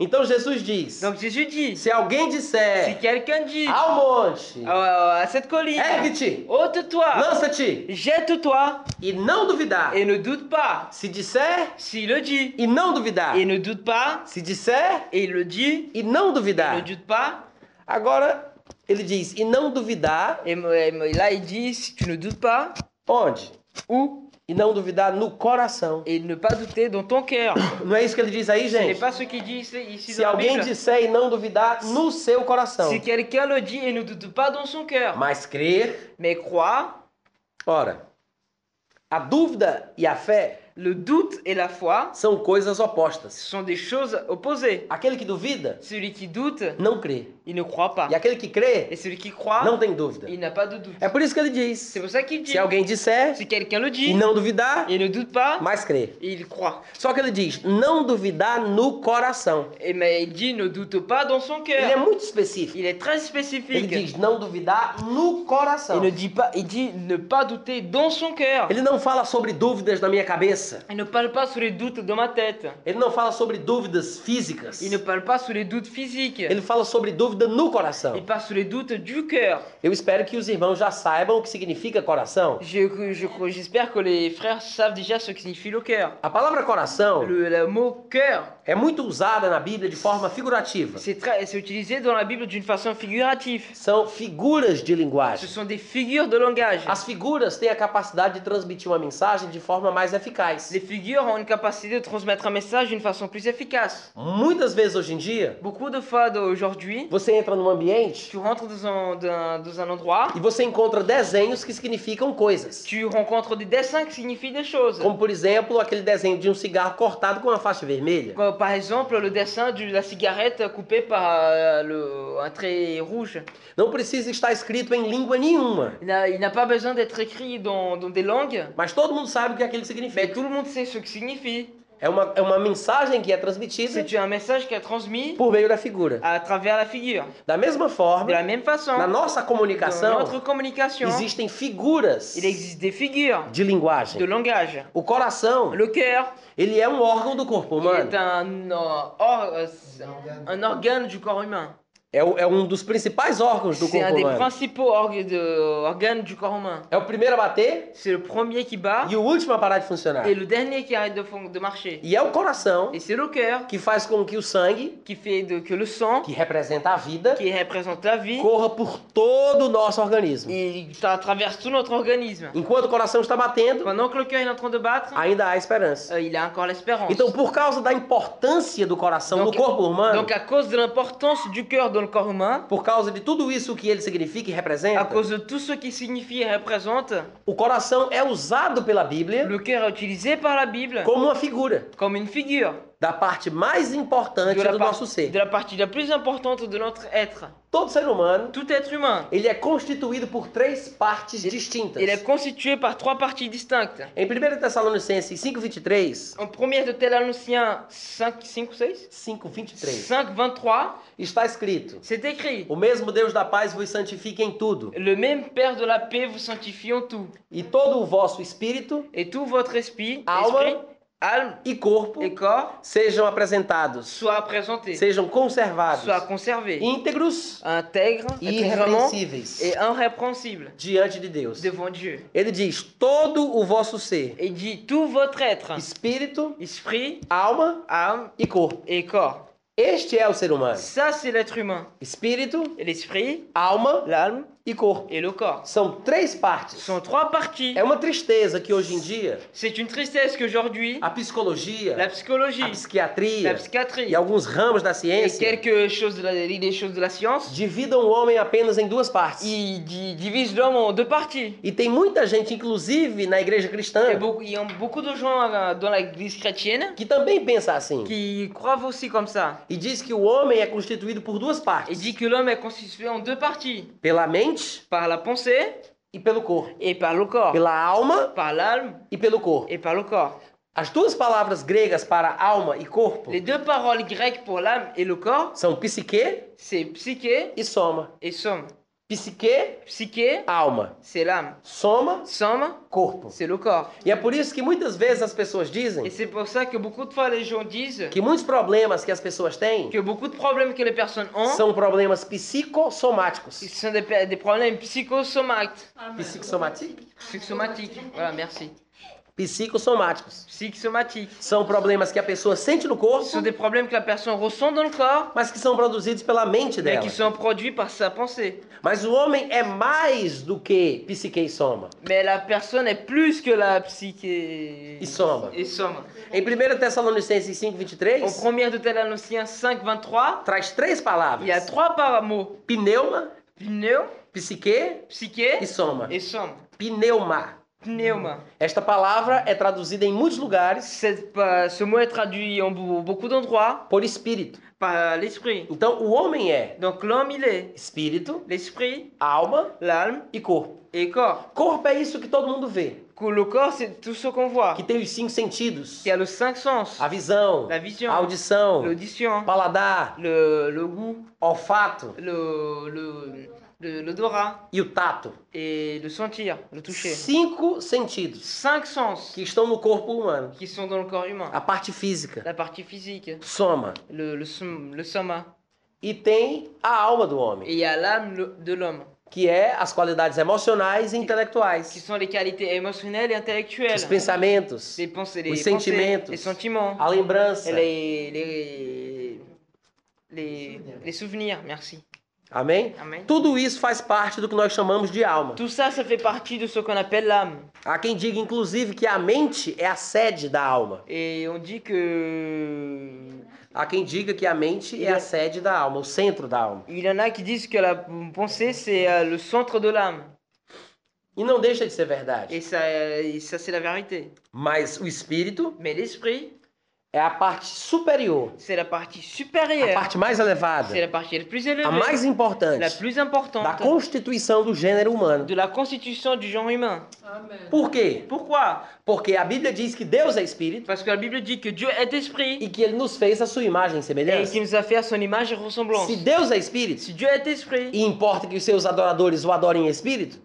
Então Jesus diz:
Donc Jésus dit,
se alguém
si
disser
quelqu'un dit à,
ao um monte,
à cette colline,
Eh, ergue-te,
ôte-toi,
lança-te,
jette-toi,
e não duvidar.
et ne doute pas.
Se disser
S'il le dit,
e não duvidar.
et ne doute pas,
Se disser
et il le dit,
e não
ne
duvidar.
doute pas.
Agora, ele diz: e não duvidar
Et mo- et mo- là, il dit, si tu ne doutes pas,
onde?
ou,
E não duvidar no coração.
et ne pas douter dans ton cœur.
Não é isso que ele diz aí,
Ce n'est
gente?
pas ce qu'il dit ici, ici
Se
dans la
alguém
Bible.
disser e não duvidar no seu coração,
Si quelqu'un le dit et ne doute pas dans son cœur,
mas crer.
mais croit,
Ora, a dúvida e a fé
le doute et la foi
são coisas opostas.
ce sont des choses opposées.
Aquele que duvida
Celui qui doute,
não crê.
il ne croit pas.
E aquele que crê
Et celui qui croit,
não tem dúvida.
il n'a pas de doute.
É por isso que ele diz:
Eh, C'est pour ça qu'il dit,
se alguém disser
si quelqu'un le
e
dit
não duvidar,
et ne doute pas,
mas crer.
il croit.
Só que ele diz, não duvidar no coração.
Et mais il dit ne doute pas dans son
Ele é
cœur.
muito específico.
Il est très
Ele
spécifique.
diz, não duvidar no
Il
coração.
ne dit pas, il dit ne pas douter dans son cœur.
Ele não fala sobre dúvidas na minha cabeça.
Il ne parle pas sur les doutes dans ma tête.
Ele não fala sobre dúvidas físicas.
Il ne parle pas sur les doutes physiques.
Ele fala sobre dúvida no coração.
Il parle sur les doutes du cœur.
Eu espero que os irmãos já saibam o que significa coração.
Je- je- J'espère que les frères savent déjà ce que signifie le cœur.
A palavra coração
Le, le mot cœur,
é muito usada na Bíblia de forma figurativa.
c'est très- c'est utilisé dans la Bible d'une façon figurative.
São figuras de
Ce
linguagem. Ah,
sont des figures de langage.
As figuras têm a capacidade de transmitir uma mensagem de forma mais faz.
Les figures ont une capacité de transmettre un message d'une façon plus efficace.
Muitas vezes hoje em dia,
Beaucoup de fois d'aujourd'hui,
você entra num ambiente
tu rentres dans un, dans- dans un endroit,
e você encontra desenhos que significam coisas.
tu rencontres des dessins qui signifient des choses.
Como, por exemplo, aquele desenho de um cigarro cortado com uma faixa vermelha.
Comme Euh, par exemple le dessin de la cigarette coupée par euh, le, un trait rouge.
Não precisa estar escrito em língua nenhuma,
Il n'a il n'a pas besoin d'être écrit dans, dans des langues,
mas todo mundo sabe o que aquilo
mais
significa.
tout le monde sait ce que signifie.
É uma, é uma mensagem que é transmitida
C'est un message qui est transmis
por meio da figura.
à travers la figure.
Da mesma
De
forma,
la même façon,
na nossa
dans
comunicação,
notre communication,
existem figuras
il existe des figures
de
de
linguagem.
langage.
O coração,
Le cœur
ele é um órgão do corpo
il
humano.
est un, euh, or- euh,
é,
un organe du corps humain.
É, o- é um dos principais órgãos do
C'est un
corpo
des
humano.
principaux org- de- organes du corps humain.
É o primeiro a bater
C'est le premier qui bat
e o último a parar de funcionar.
et le dernier qui arrête de, fon- de marcher.
E é o coração
Et c'est le cœur
que faz com que o sangue,
qui fait de, que le sang,
que representa a vida,
qui représente la vie,
corra por todo o nosso organismo.
il tra- traverse tout notre organisme.
Enquanto o coração está batendo,
Pendant que le cœur il est en train de battre,
ainda há esperança.
euh, il a encore l'espérance.
Então, por causa da importância do coração no corpo humano,
Donc à cause de l'importance du cœur dans le corps humain,
por causa de tudo isso que ele significa e
à
representa,
cause de tout ce qui signifie et représente,
o coração é usado pela Bíblia
le cœur est utilisé par la Bible
como uma figura
comme une figure
da parte mais importante
de la,
do
par-
nosso
de
ser.
la partie la plus importante de notre être.
Todo ser humano,
Tout être humain,
ele é constituído por três partes distintas.
il est constitué par trois parties distinctes.
Em 1 Tessalonicenses 5:23,
En première de Thessaloniciens 5, 5 ou 6
5:23
5, 23,
está escrito:
c'est écrit
O mesmo Deus da paz vos santifique em tudo,
Le même Père de la paix vous sanctifie en tout,
e todo o vosso espírito
et tout votre esprit,
Alma.
esprit, âme
e corpo
et corps
sejam apresentados,
soit présentés,
sejam conservados,
soit conservés, É
íntegros
intègres,
e
vraiment,
irrepreensíveis
et irrépréhensibles
diante de Deus.
devant Dieu.
Ele diz: todo o vosso ser,
Et dit tout votre être,
espírito,
esprit,
alma
âme
e corpo.
et corps.
Este é o ser humano.
Ça, c'est l'être humain.
Espírito,
L'esprit,
alma
l'âme
e corpo.
et le corps.
São três
Ce
partes.
sont trois parties.
É uma tristeza que hoje em dia
C'est une tristesse qu'aujourd'hui,
a
la
psicologia, a
psychologie, la
psiquiatria
psychiatrie
e alguns ramos da
et
ciência
quelques choses de la, des choses de la science,
dividam o homem apenas em duas partes.
ils di- divisent l'homme en deux parties.
E tem muita gente, inclusive na igreja
Il y a
cristã,
beaucoup, il y a beaucoup de gens euh, dans l'église chrétienne
que também pensa assim.
qui croient aussi comme ça.
E diz que o homem é constituído por duas
Et
partes:
dit que l'homme est constitué en deux parties,
pela mente
par la pensée
e pelo corpo,
et par le corps.
pela alma
Par l'âme
e pelo corpo.
et par le corps.
As duas palavras gregas para alma e corpo
Les deux paroles grecques pour l'âme et le corps,
são psique
c'est psyché
e soma.
et somme.
Psique,
Psyché,
alma.
c'est l'âme.
Soma,
Somme,
corpo.
c'est le corps.
E é por isso que muitas vezes as pessoas
Et
dizem
c'est pour ça que beaucoup de fois les gens disent
que muitos problemas que as pessoas têm
que beaucoup de problèmes que les personnes ont,
são problemas psicossomáticos.
ce sont des, pe- des problèmes psychosomatiques.
Psicossomáticos?
Psychosomatiques, voilà, merci.
Psicossomáticos.
Psychosomatiques.
São problemas que a pessoa sente no
Ce
corpo,
sont des problèmes que la personne ressent dans le corps,
mas que são produzidos pela mente
mais
dela.
qui sont produits par sa pensée.
Mas o homem é mais do que psique e soma.
Mais la personne est plus que la psyché
E soma.
et somme.
Em 1 Tessalonicenses
En
5:23
première de Thessaloniciens 5, 23,
traz três
il y a
palavras:
trois par mots.
pneuma,
Pneu,
psique
psyché
e soma.
et somme.
Pneuma.
Pneuma.
Esta palavra é traduzida em muitos lugares
Cette pa- ce mot est traduit en bou- beaucoup d'endroits
por espírito.
par l'esprit.
Então, o homem é
Donc l'homme, il est
espírito,
l'esprit,
alma
l'âme
e corpo.
et corps.
Corpo é isso que todo mundo vê,
Que Le corps, c'est tout ce qu'on voit,
que tem os cinco sentidos:
qui a le cinq sens,
a visão,
la vision,
a audição,
l'audition,
paladar,
le, le goût,
olfato
le le- le- l'odorat
e o tato.
et le sentir, le toucher.
Cinco sentidos
Cinq sens
que estão no corpo humano.
qui sont dans le corps humain.
A parte física,
La partie physique,
soma.
le, le, som- le soma.
E tem a alma do
Et
homem,
il y a l'âme le- de l'homme,
que é as qualidades emocionais e
qui
intelectuais,
sont les qualités émotionnelles et intellectuelles.
os pensamentos,
Les pensées, les,
Os
pensées,
sentimentos.
les sentiments,
a
é
lembrança,
les, les, les, les souvenirs, merci.
Amém?
Amém.
Tudo isso faz parte do que nós chamamos de alma.
Tout ça, ça fait partie de ce qu'on appelle l'âme.
Há quem diga, inclusive, que a mente é a sede da alma.
Et on dit que.
Há quem diga que a mente é a sede da alma, o centro da alma.
Il y en a qui disent que la pensée, c'est euh, le centre de l'âme.
E não deixa de ser verdade.
Et ça, euh, et ça c'est la vérité.
Mas o espírito
Mais l'esprit,
é a parte superior,
c'est la partie
a
supérieure.
parte mais elevada,
C'est la partie la plus élevée.
a mais
La
importante
plus
da
importante
constituição do gênero humano.
de la constitution du genre humain.
Amen.
Por quê?
Pourquoi
Porque a Bíblia diz que Deus é espírito
Parce que la Bible dit que Dieu est esprit
e que ele nos fez a sua imagem e
et
semelhança.
qu'il nous a fait à son image et ressemblance.
é Se Deus é espírito,
Si Dieu est esprit,
e importa que os seus adoradores o adorem em espírito,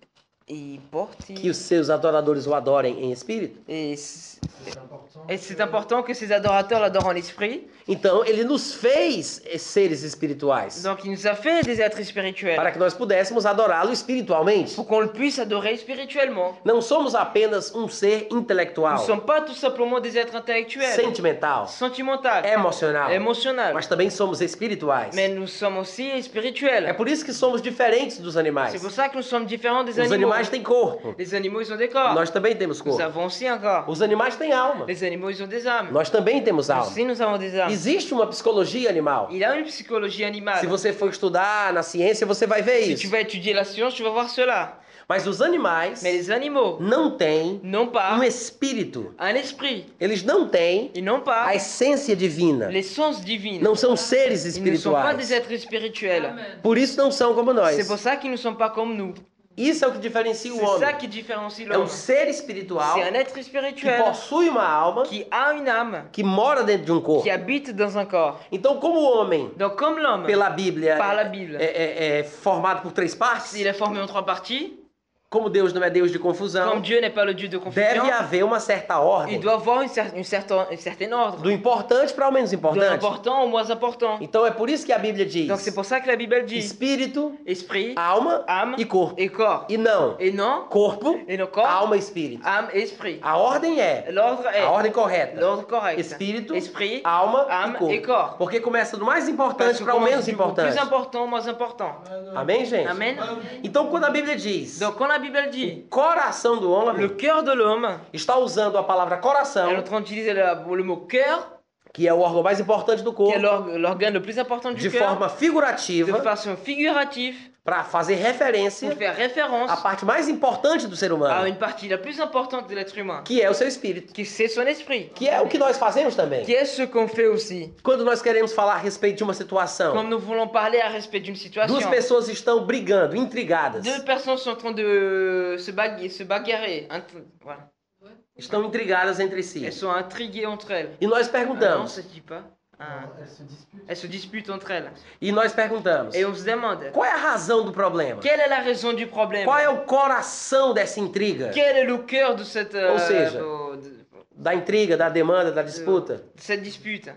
il porte.
que os seus adoradores o adorem em espírito,
Et c'est
C'est important.
et
é
c'est important que ses adorateurs l'adorent en esprit.
então ele nos fez seres espirituais
Donc il nous a fait des êtres spirituels
para que nós pudéssemos adorá-lo espiritualmente.
pour qu'on le puisse adorer spirituellement.
Não somos apenas um ser
Nous ne
intelectual,
sommes pas tout simplement des êtres intellectuels,
sentimental,
sentimentaux,
emocional,
émotionnels,
mas também somos espirituais.
mais nous sommes aussi
É
spirituels.
por isso que somos diferentes dos animais.
C'est pour ça que nous sommes différents des
Os
animaux.
animais têm corpo,
Les animaux, ils ont des corps.
nós também temos
Nous
corpo.
avons aussi un corps.
Os animais têm alma,
Les animaux, ils ont des âmes.
nós também temos
Nous
alma.
aussi, nous avons des âmes.
Existe uma psicologia animal.
Il a une psychologie
Se
animale.
você for estudar na ciência, você vai ver
Si tu
isso.
vas étudier la science, tu vas voir cela.
Mas os animais
Mais les animaux
não têm
n'ont
um
pas
espírito.
un esprit.
Eles não têm
Ils n'ont pas
a essência divina.
l'essence divine.
Não são seres
Ils ne sont pas
espirituais.
des êtres spirituels.
Amen.
Por isso não são como nós.
C'est pour ça qu'ils ne sont pas comme nous.
Isso é o que é, diferencia o
C'est ça
homem.
qui différencie
É um
l'homme.
ser espiritual
C'est un être
que
spirituel
possui uma alma
qui a une âme,
que mora dentro de um corpo.
qui habite dans un corps.
Então, como o homem,
Donc comme l'homme,
pela Bíblia,
par la Bible,
é, é- é formado por três
il
partes,
est formé en trois parties.
como Deus não é Deus de
Comme
confusão,
Dieu n'est pas le Dieu de confusion,
deve haver uma certa
il
ordem
doit avoir une, cer- une certaine, un certain ordre.
do importante para o menos
De
importante.
l'important au moins important.
Então, é por isso que a Bíblia diz
Donc c'est pour ça que la Bible dit
espírito,
esprit,
alma
âme
e corpo.
et corps.
E não
Et non,
corpo,
et nos corps,
alma e espírito.
âme, esprit.
A ordem é
L'ordre Ah. est
a ordem correta.
l'ordre correct.
Espírito,
esprit, Ah,
alma
âme
e
et
corpo.
corps.
Porque começa do mais
Parce
importante
que
para o
commence
menos
du plus
importante.
important au moins important.
Amém, gente?
Amen.
Então, quando a Bíblia diz
Donc quand la Bible
o
dit
coração do homem,
le cœur de l'homme,
está usando a palavra
elle est
coração,
en train d'utiliser le, le mot cœur,
que é o órgão mais importante do
qui est
corpo,
l'org- l'organe le plus important
de
du cœur,
é forma
de
figurativa,
façon figurative,
para fazer
pour
referência
faire référence
à parte mais importante do ser
à
humano,
une partie la plus importante de l'être humain,
que é o seu espírito,
qui c'est son esprit,
que é o que nós fazemos também.
qui est ce qu'on fait aussi.
Quando nós queremos falar a respeito de uma situação,
Comme nous voulons parler à respect d'une
duas
situation,
pessoas estão brigando, intrigadas,
deux personnes sont en train de se, bagarrer, se bagarrer, int- voilà.
estão intrigadas entre si.
elles sont intriguées entre elles.
E nós
Ah non,
perguntamos,
ça se dit pas. Ah.
Non, Elle se dispute.
Elles se disputent entre elles.
e nós perguntamos,
Et on se demande,
qual é a razão do problema?
quelle est la raison du problème
Qual é o coração dessa intriga?
Quel est le cœur de cette, euh,
Ou seja,
de- de-
Da intriga, da demanda, da disputa?
de cette dispute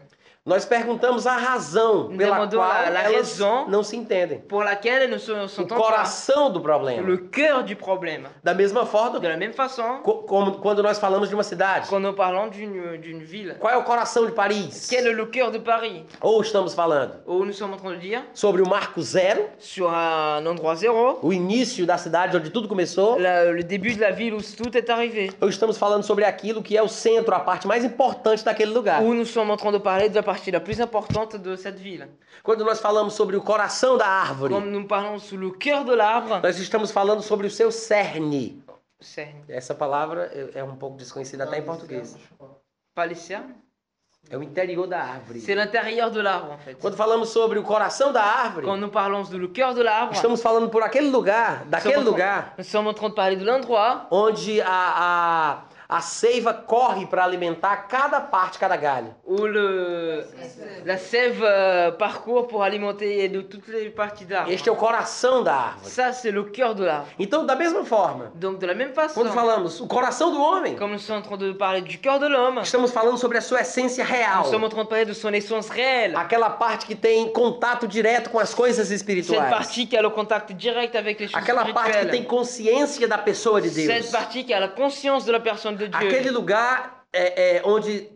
Nós perguntamos a razão pela
Demandou
qual
a- a
elas
razão.
não se entendem.
pour laquelle elles ne se-
O
s'entendent pas
coração do
Le
problema.
cœur du problème.
Da mesma forma,
De la même façon
co- como quando nós falamos de uma cidade.
qu'en nous parlant d'une d'une ville.
Qual é o coração de Paris?
Quel est le cœur de Paris
Ou estamos falando
Où nous sommes en train de dire,
sobre o marco zero,
sur un endroit zéro,
o início da cidade onde tudo começou.
la- le début de la ville où tout est arrivé.
Ou estamos falando sobre aquilo que é o centro, a parte mais importante daquele lugar.
Où nous sommes en train de parler de la partie la plus importante de cette ville.
Quando nós falamos sobre o coração da árvore,
Comme nous parlons sous le cœur de l'arbre,
nós estamos falando sobre o seu cerne.
c'est
Essa palavra é- é um pouco desconhecida até em
Non,
português.
c'est ça, je crois.
pas les cernes.
É o interior da árvore.
C'est l'intérieur de l'arbre en fait.
Quando falamos sobre o coração da
Quand
árvore,
nous parlons de le cœur de l'arbre,
estamos falando por aquele lugar, daquele
Estamos-
lugar
nous sommes en train de parler de l'endroit
onde a, a, a seiva corre para alimentar cada parte, cada galho.
où le, la sève euh, parcourt pour alimenter de toutes les parties de l'arbre.
Este é o coração da árvore.
Ça, c'est le cœur de l'arbre.
Então, da mesma forma,
Donc, de la même façon,
quando falamos o coração do homem,
comme nous sommes en train de parler du cœur de l'homme,
estamos falando sobre a sua essência real.
nous sommes en train de parler de son essence réelle.
Aquela parte que tem contato direto com as coisas
Cette
espirituais.
partie qui a le contact direct avec les choses
Aquela parte que
spirituelles.
tem consciência da pessoa de Deus.
Cette partie qui a la conscience de la personne de
Aquele
Dieu.
lugar é, é, onde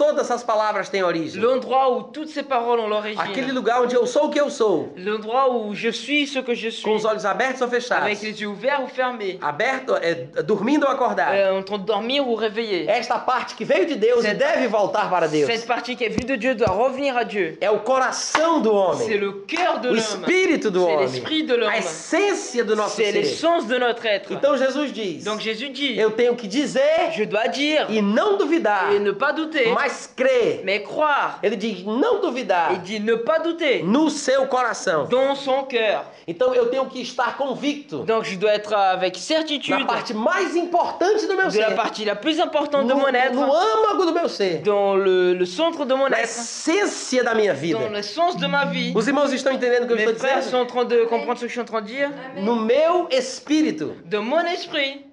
Todas essas palavras têm origem.
L'endroit où toutes ces paroles ont l'origine.
Aquele lugar onde eu sou o que eu sou,
L'endroit où je suis ce que je suis.
com os olhos abertos ou
Avec
fechados,
les yeux ouverts ou fermés.
aberto, é, dormindo ou acordado.
Euh, en train de dormir ou réveillé.
Esta parte que veio de Deus e
Cette-
deve voltar para Deus
Cette partie qui est vue de Dieu doit revenir à Dieu.
é o coração do
C'est
homem,
le cœur de
o
l'homme.
espírito do
C'est
homem,
l'esprit de l'homme.
a essência do nosso ser.
C'est l'essence de notre être.
Então Jesus diz:
Donc Jésus dit,
Eu tenho que dizer
je dois dire
e não duvidar,
et ne pas douter,
mas crer.
mais croire.
Ele diz: Não
Il
duvidar
dit ne pas douter
no seu coração.
dans son cœur.
Então eu tenho que estar convicto
Donc je dois être avec certitude
na parte mais importante do meu
de la
ser,
partie la plus
no,
importante de mon
no
être,
âmago do meu ser,
dans le, le centre de mon
na
être,
essência da minha vida.
dans le sens de ma vie.
Os irmãos estão entendendo o que eu estou
Mes frères
dizendo?
sont en train de comprendre ce que je suis en train de dire.
Amen.
No meu espírito.
De mon esprit.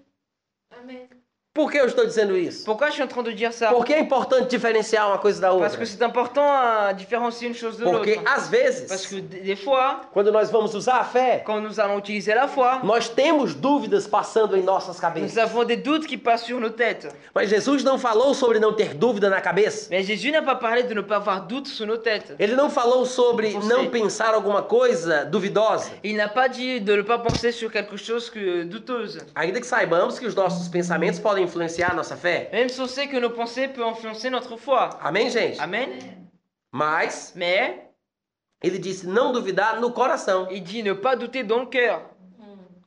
Amen.
Por que eu estou dizendo isso?
Pourquoi je suis en train de dire ça
Porque é importante différenciar uma coisa da
Parce
outra.
que c'est important à différencier une chose de l'autre.
Porque às
Parce que
vezes,
des des fois,
quando nós vamos usar a fé,
quand nous allons utiliser la foi,
Nós temos dúvidas passando em nossas
nous
cabeças.
avons des doutes qui passent sur nos têtes.
Mas Jesus não falou sobre não ter dúvida na cabeça.
Mais Jésus n'a pas parlé de ne pas avoir doute sur nos têtes.
Ele não falou sobre
Você.
não pensar alguma coisa duvidosa.
Il n'a pas dit de ne pas penser sur quelque chose que douteuse.
Ainda que saibamos que os nossos pensamentos podem influenciar a nossa fé.
Même si on sait que nos pensées peuvent influencer notre foi.
Amém, gente?
Amen.
Mas
Mais
ele disse não duvidar no coração.
il dit ne pas douter dans le cœur.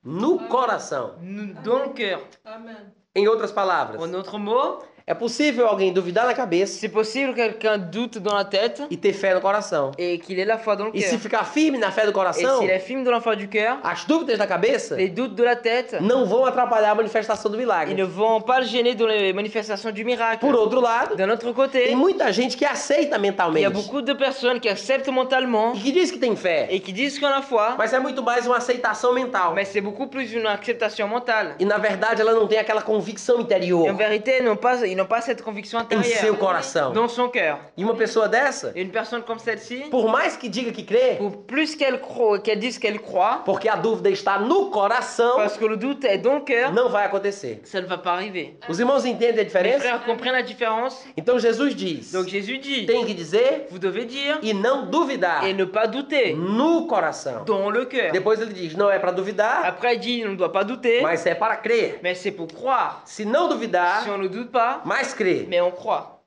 No coração.
Nous- Dans le cœur.
Amen.
Em outras palavras,
En autre mot,
é possível alguém duvidar na cabeça
c'est possible que quelqu'un doute dans la tête
e ter fé no coração.
et qu'il ait la foi dans le
E se
cœur.
ficar firme na fé do
Et
coração,
s'il affirme dans la foi du cœur,
as dúvidas da cabeça
les doutes de la tête,
não vão atrapalhar a manifestação do
ils ne
milagre.
vont pas le gêner dans les manifestations du miracle.
Por outro lado,
D'un autre
Tem
côté,
muita gente que aceita
il y a
mentalmente
beaucoup de personnes qui acceptent mentalement
e que diz que tem fé,
et qui disent qu'on a foi,
mas é muito mais uma aceitação mental.
mais c'est beaucoup plus une acceptation mentale.
E na verdade ela não tem aquela convicção interior
Et en vérité, ils n'ont pas, ils n'ont pas cette conviction
em seu
intérieure
coração.
dans son cœur.
E uma pessoa dessa,
Et une personne comme celle-ci,
por mais que diga que crê,
pour plus qu'elle croit, qu'elle dise qu'elle croit,
porque a dúvida está no coração,
parce que le doute est dans le cœur,
não vai acontecer.
ça ne va pas arriver.
Os irmãos entendem a
Les
diferença?
frères comprennent la différence.
Então Jesus diz:
Donc Jésus dit,
tem que dizer
vous devez dire
e não duvidar
et ne pas douter
no coração.
dans le cœur.
Depois ele diz: não é para duvidar,
Après, il dit, on ne doit pas douter,
mas é para crer.
mais c'est pour croire.
Se não duvidar,
Si on ne doute pas,
mas crer.
mais on croit.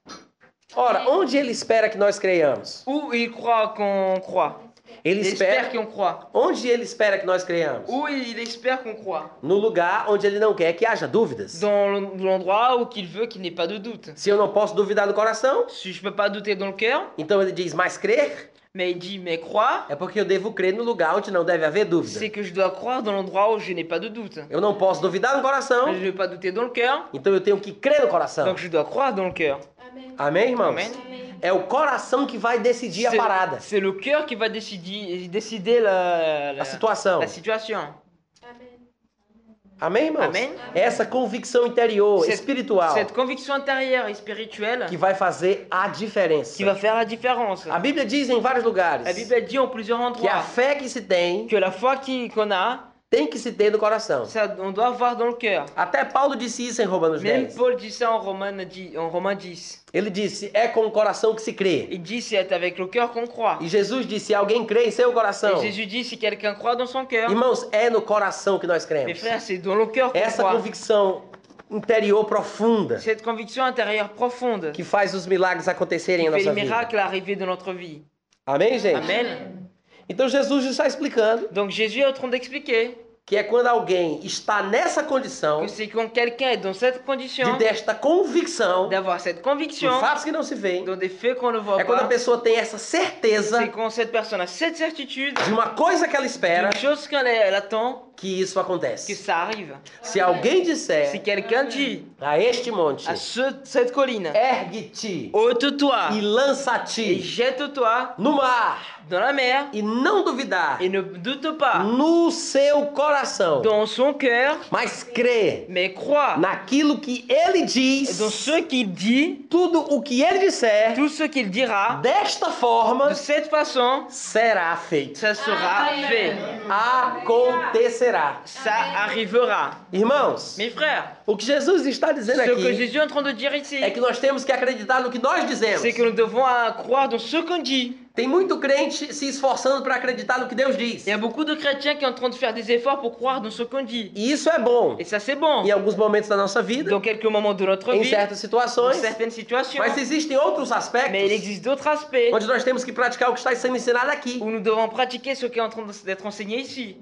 Ora, onde ele espera que nós creiamos?
Où il croit qu'on croit.
Ele
Il
espera.
espère qu'on croit.
Onde ele espera que nós creiamos?
Où il espère qu'on croit.
No lugar onde ele não quer que haja dúvidas.
Dans l'en- l'endroit où qu'il veut qu'il n'ait pas de doute.
Se eu não posso duvidar do coração,
Si je peux pas douter dans le cœur,
então ele diz, mas crer
mais il dit mais croire,
é porque eu devo crer no lugar onde não deve haver dúvida.
c'est que je dois croire dans l'endroit où je n'ai pas de doute.
Eu não posso duvidar no coração,
Mais Je ne vais pas douter dans le cœur,
então eu tenho que crer no coração.
donc je dois croire dans le cœur.
Amen.
Amém, irmãos?
Amen.
Amen.
É o coração que vai decidir a
C'est-
parada,
C'est le cœur qui va décider, décider la, la,
a situação.
la situation.
Amen.
Amém, irmãos?
Amen.
É essa convicção interior,
Cette-
espiritual,
Cette conviction intérieure et spirituelle
que vai fazer a diferença.
qui va faire la différence.
A Bíblia diz em vários lugares
La Bible dit en plusieurs
que Ah, a
endroits
fé que se tem,
que la foi qui- qu'on a,
tem que se ter no coração.
Ça, on doit voir dans le cœur.
Até Paulo disse isso em Romanos
Même
10.
Paul dit ça en Romains 10. En Romains 10.
Ele disse: É com o coração que se crê.
Il dit c'est avec le cœur qu'on croit.
E Jesus disse: Alguém crê em seu coração.
Et Jésus dit si quelqu'un croit dans son cœur,
Irmãos, é no coração que nós
mes
cremos.
frères, c'est dans le cœur qu'on
Essa
croit.
convicção interior profunda
Cette conviction intérieure profonde
que faz os milagres acontecerem
qui
em
fait
nossa
les
vida.
miracles arriver dans notre vie.
Amém, gente?
Amen.
Então Jesus está explicando
Donc Jésus est en train d'expliquer
que é quando alguém está nessa condição
que c'est quand quelqu'un est dans cette
de
condition
desta convicção
d'avoir cette
de
conviction
fatos que não se veem.
dans des faits qu'on ne voit
É quando a
pas.
pessoa tem essa certeza
C'est quand cette personne a cette certitude
de uma coisa que ela espera
d'une chose qu'elle elle attend
que isso
que
acontece.
ça arrive.
Se alguém disser
Si quelqu'un dit
a este monte,
à ce- cette colline.
ergue-te
Ôte-toi
e
et
lança-te
jette-toi
no mar
dans la mer
e não duvidar
et ne doute pas
no seu coração,
dans son cœur,
mas crê
mais crois
naquilo que ele diz,
dans ce qu'il dit,
tudo o que ele disser,
tout ce qu'il dira,
desta forma
de cette façon,
Ah,
será feito.
ça sera fait.
acontecerá.
ça
Amen.
arrivera.
Irmãos,
Mes frères,
o que Jesus está dizendo
ce que
aqui
Jésus est en train de dire ici,
é que nós temos que acreditar no que nós dizemos.
c'est que nous devons euh, croire dans ce qu'on dit.
Tem muito crente se esforçando para acreditar no que Deus diz.
Il y a beaucoup de chrétiens qui sont en train de faire des efforts pour croire dans ce qu'on dit.
E isso é bom
Et ça, c'est bon.
em alguns momentos da nossa vida,
Dans quelques moments de notre
em
vie,
certas
dans
situações,
certaines situations.
mas existem outros
Mais il
aspectos
existe d'autres aspects
onde nós temos que praticar o que está sendo ensinado aqui.
où nous devons pratiquer ce qui est en train de- d'être enseigné ici.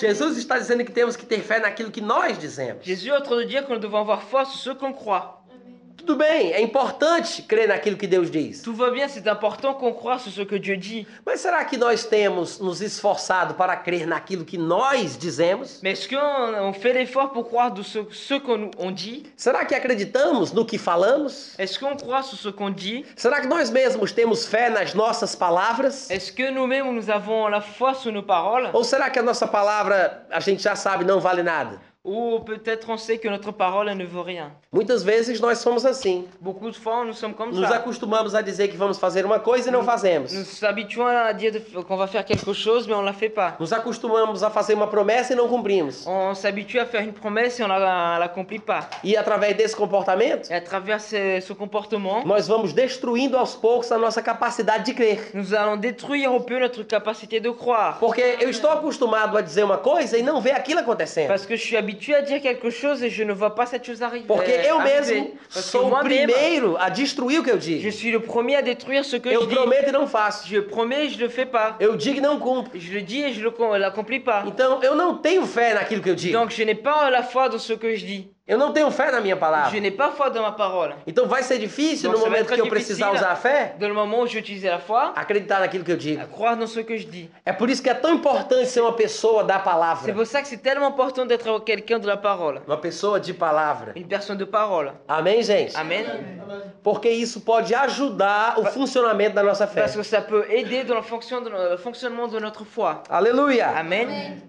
Jesus está dizendo que temos que ter fé naquilo que nós dizemos.
Jésus est en train de dire que nous devons avoir foi sur ce qu'on croit.
Amen.
Tudo bem, é importante crer naquilo que Deus diz.
Tout va bien, c'est important qu'on croie sur ce que Dieu dit.
Mas será que nós temos nos esforçado para crer naquilo que nós dizemos?
Mais est-ce qu'on on fait l'effort pour croire de ce, ce qu'on nous- on dit
Será que acreditamos no que falamos?
Est-ce qu'on croit sur ce qu'on dit
Será que nós mesmos temos fé nas nossas palavras?
Est-ce que nous-mêmes, nous avons la foi sur nos paroles
Ou será que a nossa palavra a gente já sabe não vale nada?
Ou peut-être on sait que notre parole elle ne vaut rien
Muitas vezes nós somos assim.
Beaucoup de fois, nous sommes comme
Nos
ça.
acostumamos a dizer que vamos fazer uma coisa e
Hum.
não fazemos.
Nous s'habituons à dire de- qu'on va faire quelque chose, mais on ne la fait pas.
Nos acostumamos a fazer uma promessa e não cumprimos.
On s'habitue à faire une promesse et on ne la- l'accomplit pas.
E através desse comportamento,
Et à travers ce, ce comportement,
nós vamos destruindo aos poucos a nossa capacidade de crer.
nous allons détruire au peu notre capacité de croire.
Porque eu estou acostumado a dizer uma coisa e não ver aquilo acontecendo.
Parce que je suis habitué à dire quelque chose et je ne vois pas cette chose arri- euh,
Porque
arriver.
eu mesmo
Parce que
sou o
moi-même,
primeiro a destruir o que eu
je
digo.
suis le premier à détruire ce que je
Eu
dis.
prometo e não faço.
Je promets et je ne le fais pas.
Eu digo e não cumpro.
Je le dis et je ne l'accomplis pas.
Então eu não tenho fé naquilo que eu digo.
Donc je n'ai pas la foi dans ce que je dis.
Eu não tenho fé na minha
Je
palavra.
n'ai pas foi dans ma parole.
Então vai ser difícil
Então,
no
você vai
momento que eu
ficar
precisar
difícil,
usar a fé,
Dans le moment où j'utilisais la foi,
acreditar naquilo que eu
à
digo.
croire dans ce que je dis.
É por isso que é tão importante ser uma pessoa da
C'est
palavra.
pour ça que c'est tellement important d'être quelqu'un de la parole.
Uma pessoa de palavra.
Une personne de parole.
Amém, gente?
Amen.
Amen.
Porque isso pode ajudar o funcionamento da nossa fé.
Parce que ça peut aider dans le, fonction de- le fonctionnement de notre foi.
Aleluia!
Amen.
Amen.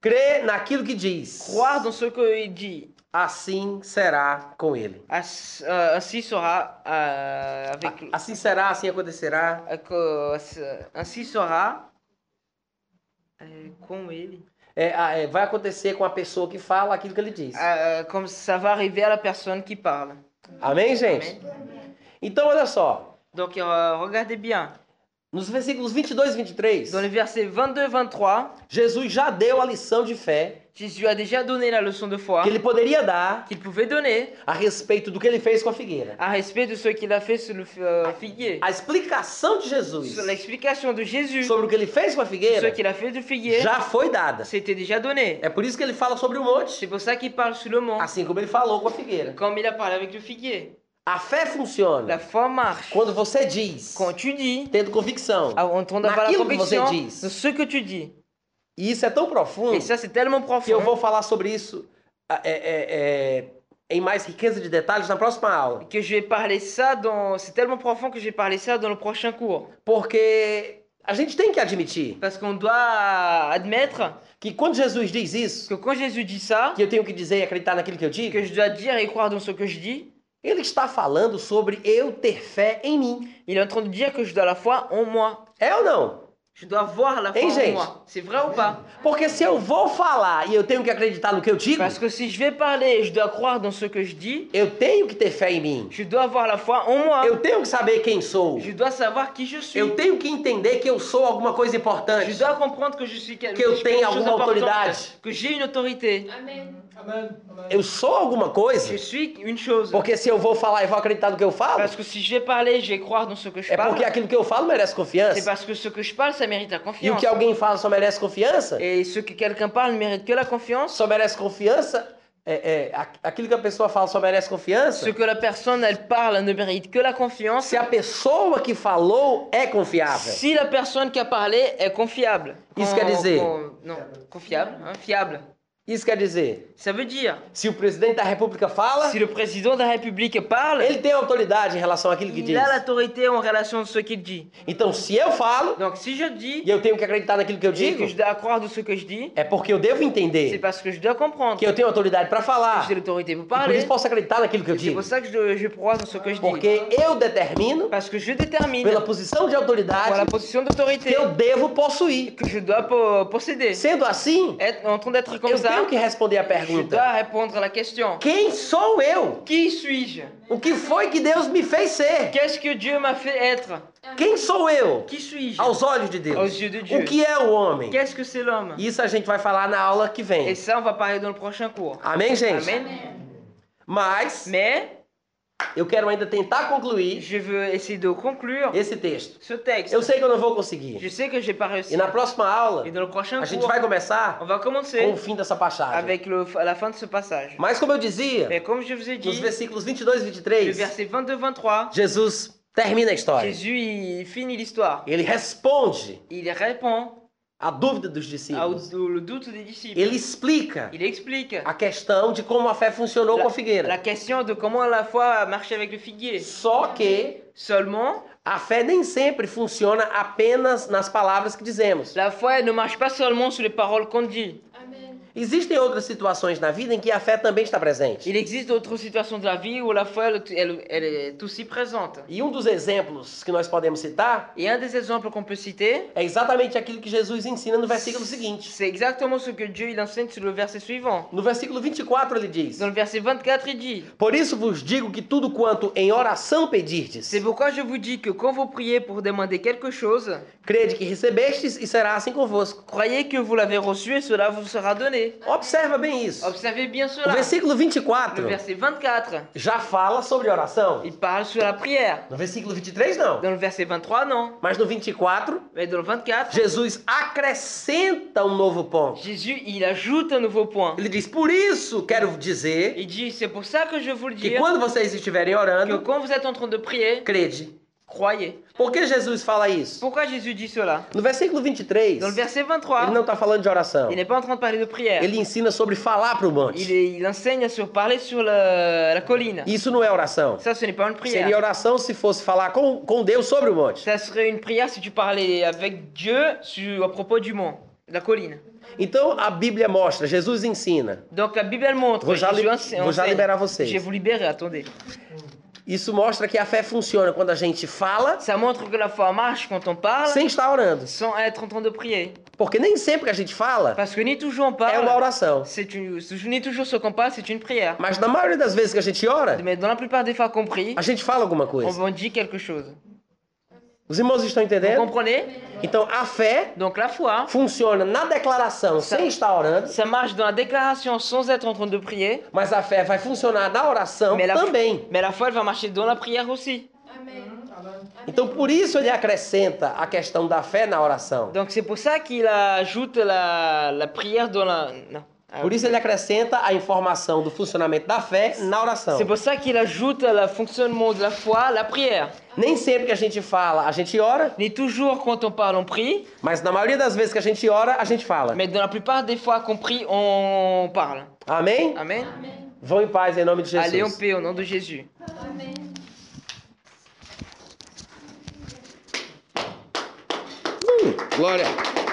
Crê naquilo que diz.
Croire dans ce qu'il dit.
Assim será com ele.
As- euh, Ainsi sera euh, avec.
A- Assim será, assim acontecerá.
euh, que- Ainsi sera. euh, com ele.
É, a- é, vai acontecer com a pessoa que fala aquilo que ele diz.
Euh, comme ça va arriver à la personne qui parle.
Amém, gente?
Amen.
Então, olha só.
Donc euh, regardez bien.
Nos versículos 22 e 23,
Dans les versets 22-23,
Jesus já deu a lição de fé
Jésus a déjà donné la leçon de foi
que ele poderia dar
qu'il pouvait donner
a respeito do que ele fez com a figueira.
à respect de ce qu'il a fait sur le f- euh, figuier.
A explicação de Jesus
Sur l'explication de Jésus sur
sobre o é que ele fez com a
ce
figueira
qu'il a fait du figuier,
já foi dada.
c'était déjà donné.
É por isso que ele fala sobre o monte,
C'est pour ça qu'il parle sur le mont,
assim como ele falou com a figueira.
comme il a parlé avec le figuier.
A fé funciona
La foi marche.
quando você diz,
Quand tu dis,
tendo convicção.
en train d'avoir la
Naquilo que
conviction
você diz.
de ce que tu dis.
E isso é tão profundo
Et ça, c'est tellement
que eu
profond
vou falar sobre isso ah, é, é, é, em mais riqueza de detalhes na próxima aula.
que je vais parler ça dans... C'est tellement profond que je vais parler ça dans le prochain cours.
Porque a gente tem que admitir
Parce qu'on doit admettre
que quando Jesus diz isso,
que quand Jésus dit ça,
que eu tenho que dizer e acreditar naquilo que eu digo,
que je dois dire et croire dans ce que je dis,
ele está falando sobre eu ter fé em mim.
il est en train de dire que je dois la foi en moi.
É ou não?
Je dois voir la foi
Hein,
en
gente
moi. C'est vrai ou pas
Porque se eu vou falar e eu tenho que acreditar no que eu digo,
Parce que si je vais parler et je dois croire dans ce que je dis,
eu tenho que ter fé em mim.
je dois avoir la foi en moi.
Eu tenho que saber quem sou.
Je dois savoir qui je suis.
Eu tenho que entender que eu sou alguma coisa importante.
Je dois comprendre que je suis quel-
Que eu
je suis
tenho
quelque chose
alguma
d'important,
autoridade.
Que j'ai une autorité.
Amen.
Amen. Amen.
Eu sou alguma coisa.
Je suis une chose.
Porque se eu vou falar e vou acreditar no que eu falo,
Parce que si je vais parler et je vais croire dans ce que je
é
parle,
porque aquilo que eu falo merece
c'est
confiança.
parce que ce que é je parle, ça mérite la
E o
confiance.
que alguém fala só merece confiança.
Et ce que quelqu'un parle ne mérite que la confiance.
Só merece confiança. É, é, a- aquilo que a pessoa fala só merece
Ce
confiança.
que la personne, elle parle, ne mérite que la confiance.
Se a pessoa que falou é confiável.
Si la personne qui a parlé est confiable.
Isso quer dizer-
Non, confiable, hein, fiable.
Isso quer dizer,
Ça veut dire,
se o presidente da República fala,
si le président de la République parle,
ele tem autoridade em relação àquilo que
il
diz.
a l'autorité en relation de ce qu'il dit.
Então, se eu falo
Donc si je dis
e eu tenho que acreditar naquilo que eu
et
digo,
que je dois croire de ce que je dis,
é porque eu devo
c'est
entender
parce que je dois comprendre
que eu tenho autoridade para
que
falar.
j'ai l'autorité pour
E por
parler.
isso posso acreditar naquilo que eu
C'est
digo.
pour ça que je, je crois dans ce que je dis.
Porque eu determino,
Parce que je détermine
pela posição de
pour la
autoridade,
position
que
d'autorité
eu devo possuir.
que je dois po- posséder.
Sendo assim,
Être, en train d'être comme
eu
ça,
tenho que responder à
je
pergunta:
dois répondre à la question.
quem sou eu?
Qui suis-je
O que foi que Deus me fez ser?
Qu'est-ce que Dieu m'a fait être
Quem sou eu?
Qui suis-je
Aos olhos de
aux
Deus.
yeux de Dieu
O que é o homem?
Qu'est-ce que c'est l'homme
Isso a gente vai falar na aula que
Et
vem.
ça, on va parler dans le prochain cours.
Amém, gente?
Amen.
Mas
Mais
eu quero ainda tentar concluir
je veux essayer de conclure
esse texto.
ce texte.
Eu sei que eu não vou
Je
conseguir.
sais que j'ai pas réussi.
E na próxima aula,
Et dans le prochain
a gente
cours,
vai começar
on va
com
commencer
o fim dessa passagem.
avec le, à la fin de ce passage.
Mas como eu dizia,
Mais comme je vous ai
nos
dit,
versículos 22 e
le
23,
verset 22-23,
Jesus termina a história.
Jésus il finit l'histoire.
Ele responde
Il répond
à dúvida dos
au,
discípulos.
au- Ah, le doute des disciples.
Ele explica
Il explique
a questão de como a fé funcionou com a
la
figueira.
question de comment la foi marchait avec le figuier.
Só que
Seulement,
a fé nem sempre funciona apenas nas palavras que dizemos.
la foi elle ne marche pas seulement sur les paroles qu'on dit.
Amen.
Existem outras situações na vida em que a fé também está presente.
Il existe d'autres situations de la vie où la foi elle, elle- elle est aussi présente.
E um dos exemplos que nós podemos citar
Et un des exemples qu'on peut citer,
é exatamente aquilo que Jesus ensina no versículo seguinte.
c'est exactement ce que Dieu il enseigne sur le verset suivant.
No versículo 24 ele diz:
Dans le verset 24, il dit
Por isso vos digo que tudo quanto em oração pedirdes,
C'est pourquoi je vous dis que quand vous priez pour demander quelque chose,
crede que recebestes e será assim convosco.
croyez que vous l'avez reçu et cela vous sera donné.
Observa bem isso.
Observez bien
O
cela.
versículo
Le
24
verset 24,
já fala sobre oração.
il parle sur la prière.
No versículo 23 não.
Dans le verset 23, non.
Mas no 24,
Mais dans le 24,
Jesus acrescenta um novo ponto.
Jésus, il ajoute un nouveau point.
Ele diz: Por isso quero dizer
Il dit, c'est pour ça que je vous le dis,
que quando vocês estiverem
que
orando,
quand vous êtes en train de prier,
crede.
croyez.
Por que Jesus fala isso?
Pourquoi Jésus dit cela
No versículo é 23,
Dans le
ele
verset 23,
não está falando de oração.
il n'est pas en train de parler de prière.
Ele ensina sobre falar para o
Il,
monte.
est- il enseigne sur parler sur la, la colline.
Isso não é oração.
Ça, ce n'est pas une
Seria
prière.
oração se fosse falar com, com Deus sobre o monte.
Ça serait une prière si tu parlais avec Dieu sur, à propos du mont, de la colline.
Então a Bíblia mostra, Jesus ensina.
Donc la Bible elle montre.
Vou já, li-
Jésus ense-
vou já
enseigne.
liberar
Je vais
vocês.
vous libérer, attendez.
Isso mostra que a fé funciona quando a gente fala
Ça montre que la foi marche quand on parle
sem estar orando.
sans être en train de prier.
Porque nem sempre que a gente fala
Parce que ni toujours Eh, on
é uma
parle,
oração.
c'est une, ni toujours ce qu'on parle, c'est une prière.
Mas na maioria das vezes que a gente ora,
Mais dans la plupart des fois compris,
a gente fala alguma
on
coisa.
vous dit quelque chose.
Os irmãos estão
Vous
entendendo?
comprenez
Então a fé
Donc la foi,
funciona na declaração sem estar orando,
ça marche dans la déclaration sans être en train de prier,
mas a fé vai funcionar na oração
Mais ela-
também.
mais la foi elle va marcher dans la prière aussi.
Amen. Amen.
Então por isso ele acrescenta a questão da fé na oração.
Donc c'est pour ça qu'il ajoute la, la prière dans la... Non. Ah,
Por isso ele acrescenta a informação do funcionamento da fé na oração.
C'est pour ça qu'il ajoute le fonctionnement de la foi, la prière.
Nem sempre que a gente fala, a gente ora,
Mais toujours quand on parle, on prie,
mas na maioria das vezes que a gente ora, a gente fala.
mais dans la plupart des fois qu'on prie, on parle.
Amém?
Amen.
Amen.
Vão em paz em nome de
Allez en
Jesus.
paix au nom de Jésus.
Amen.
Glória.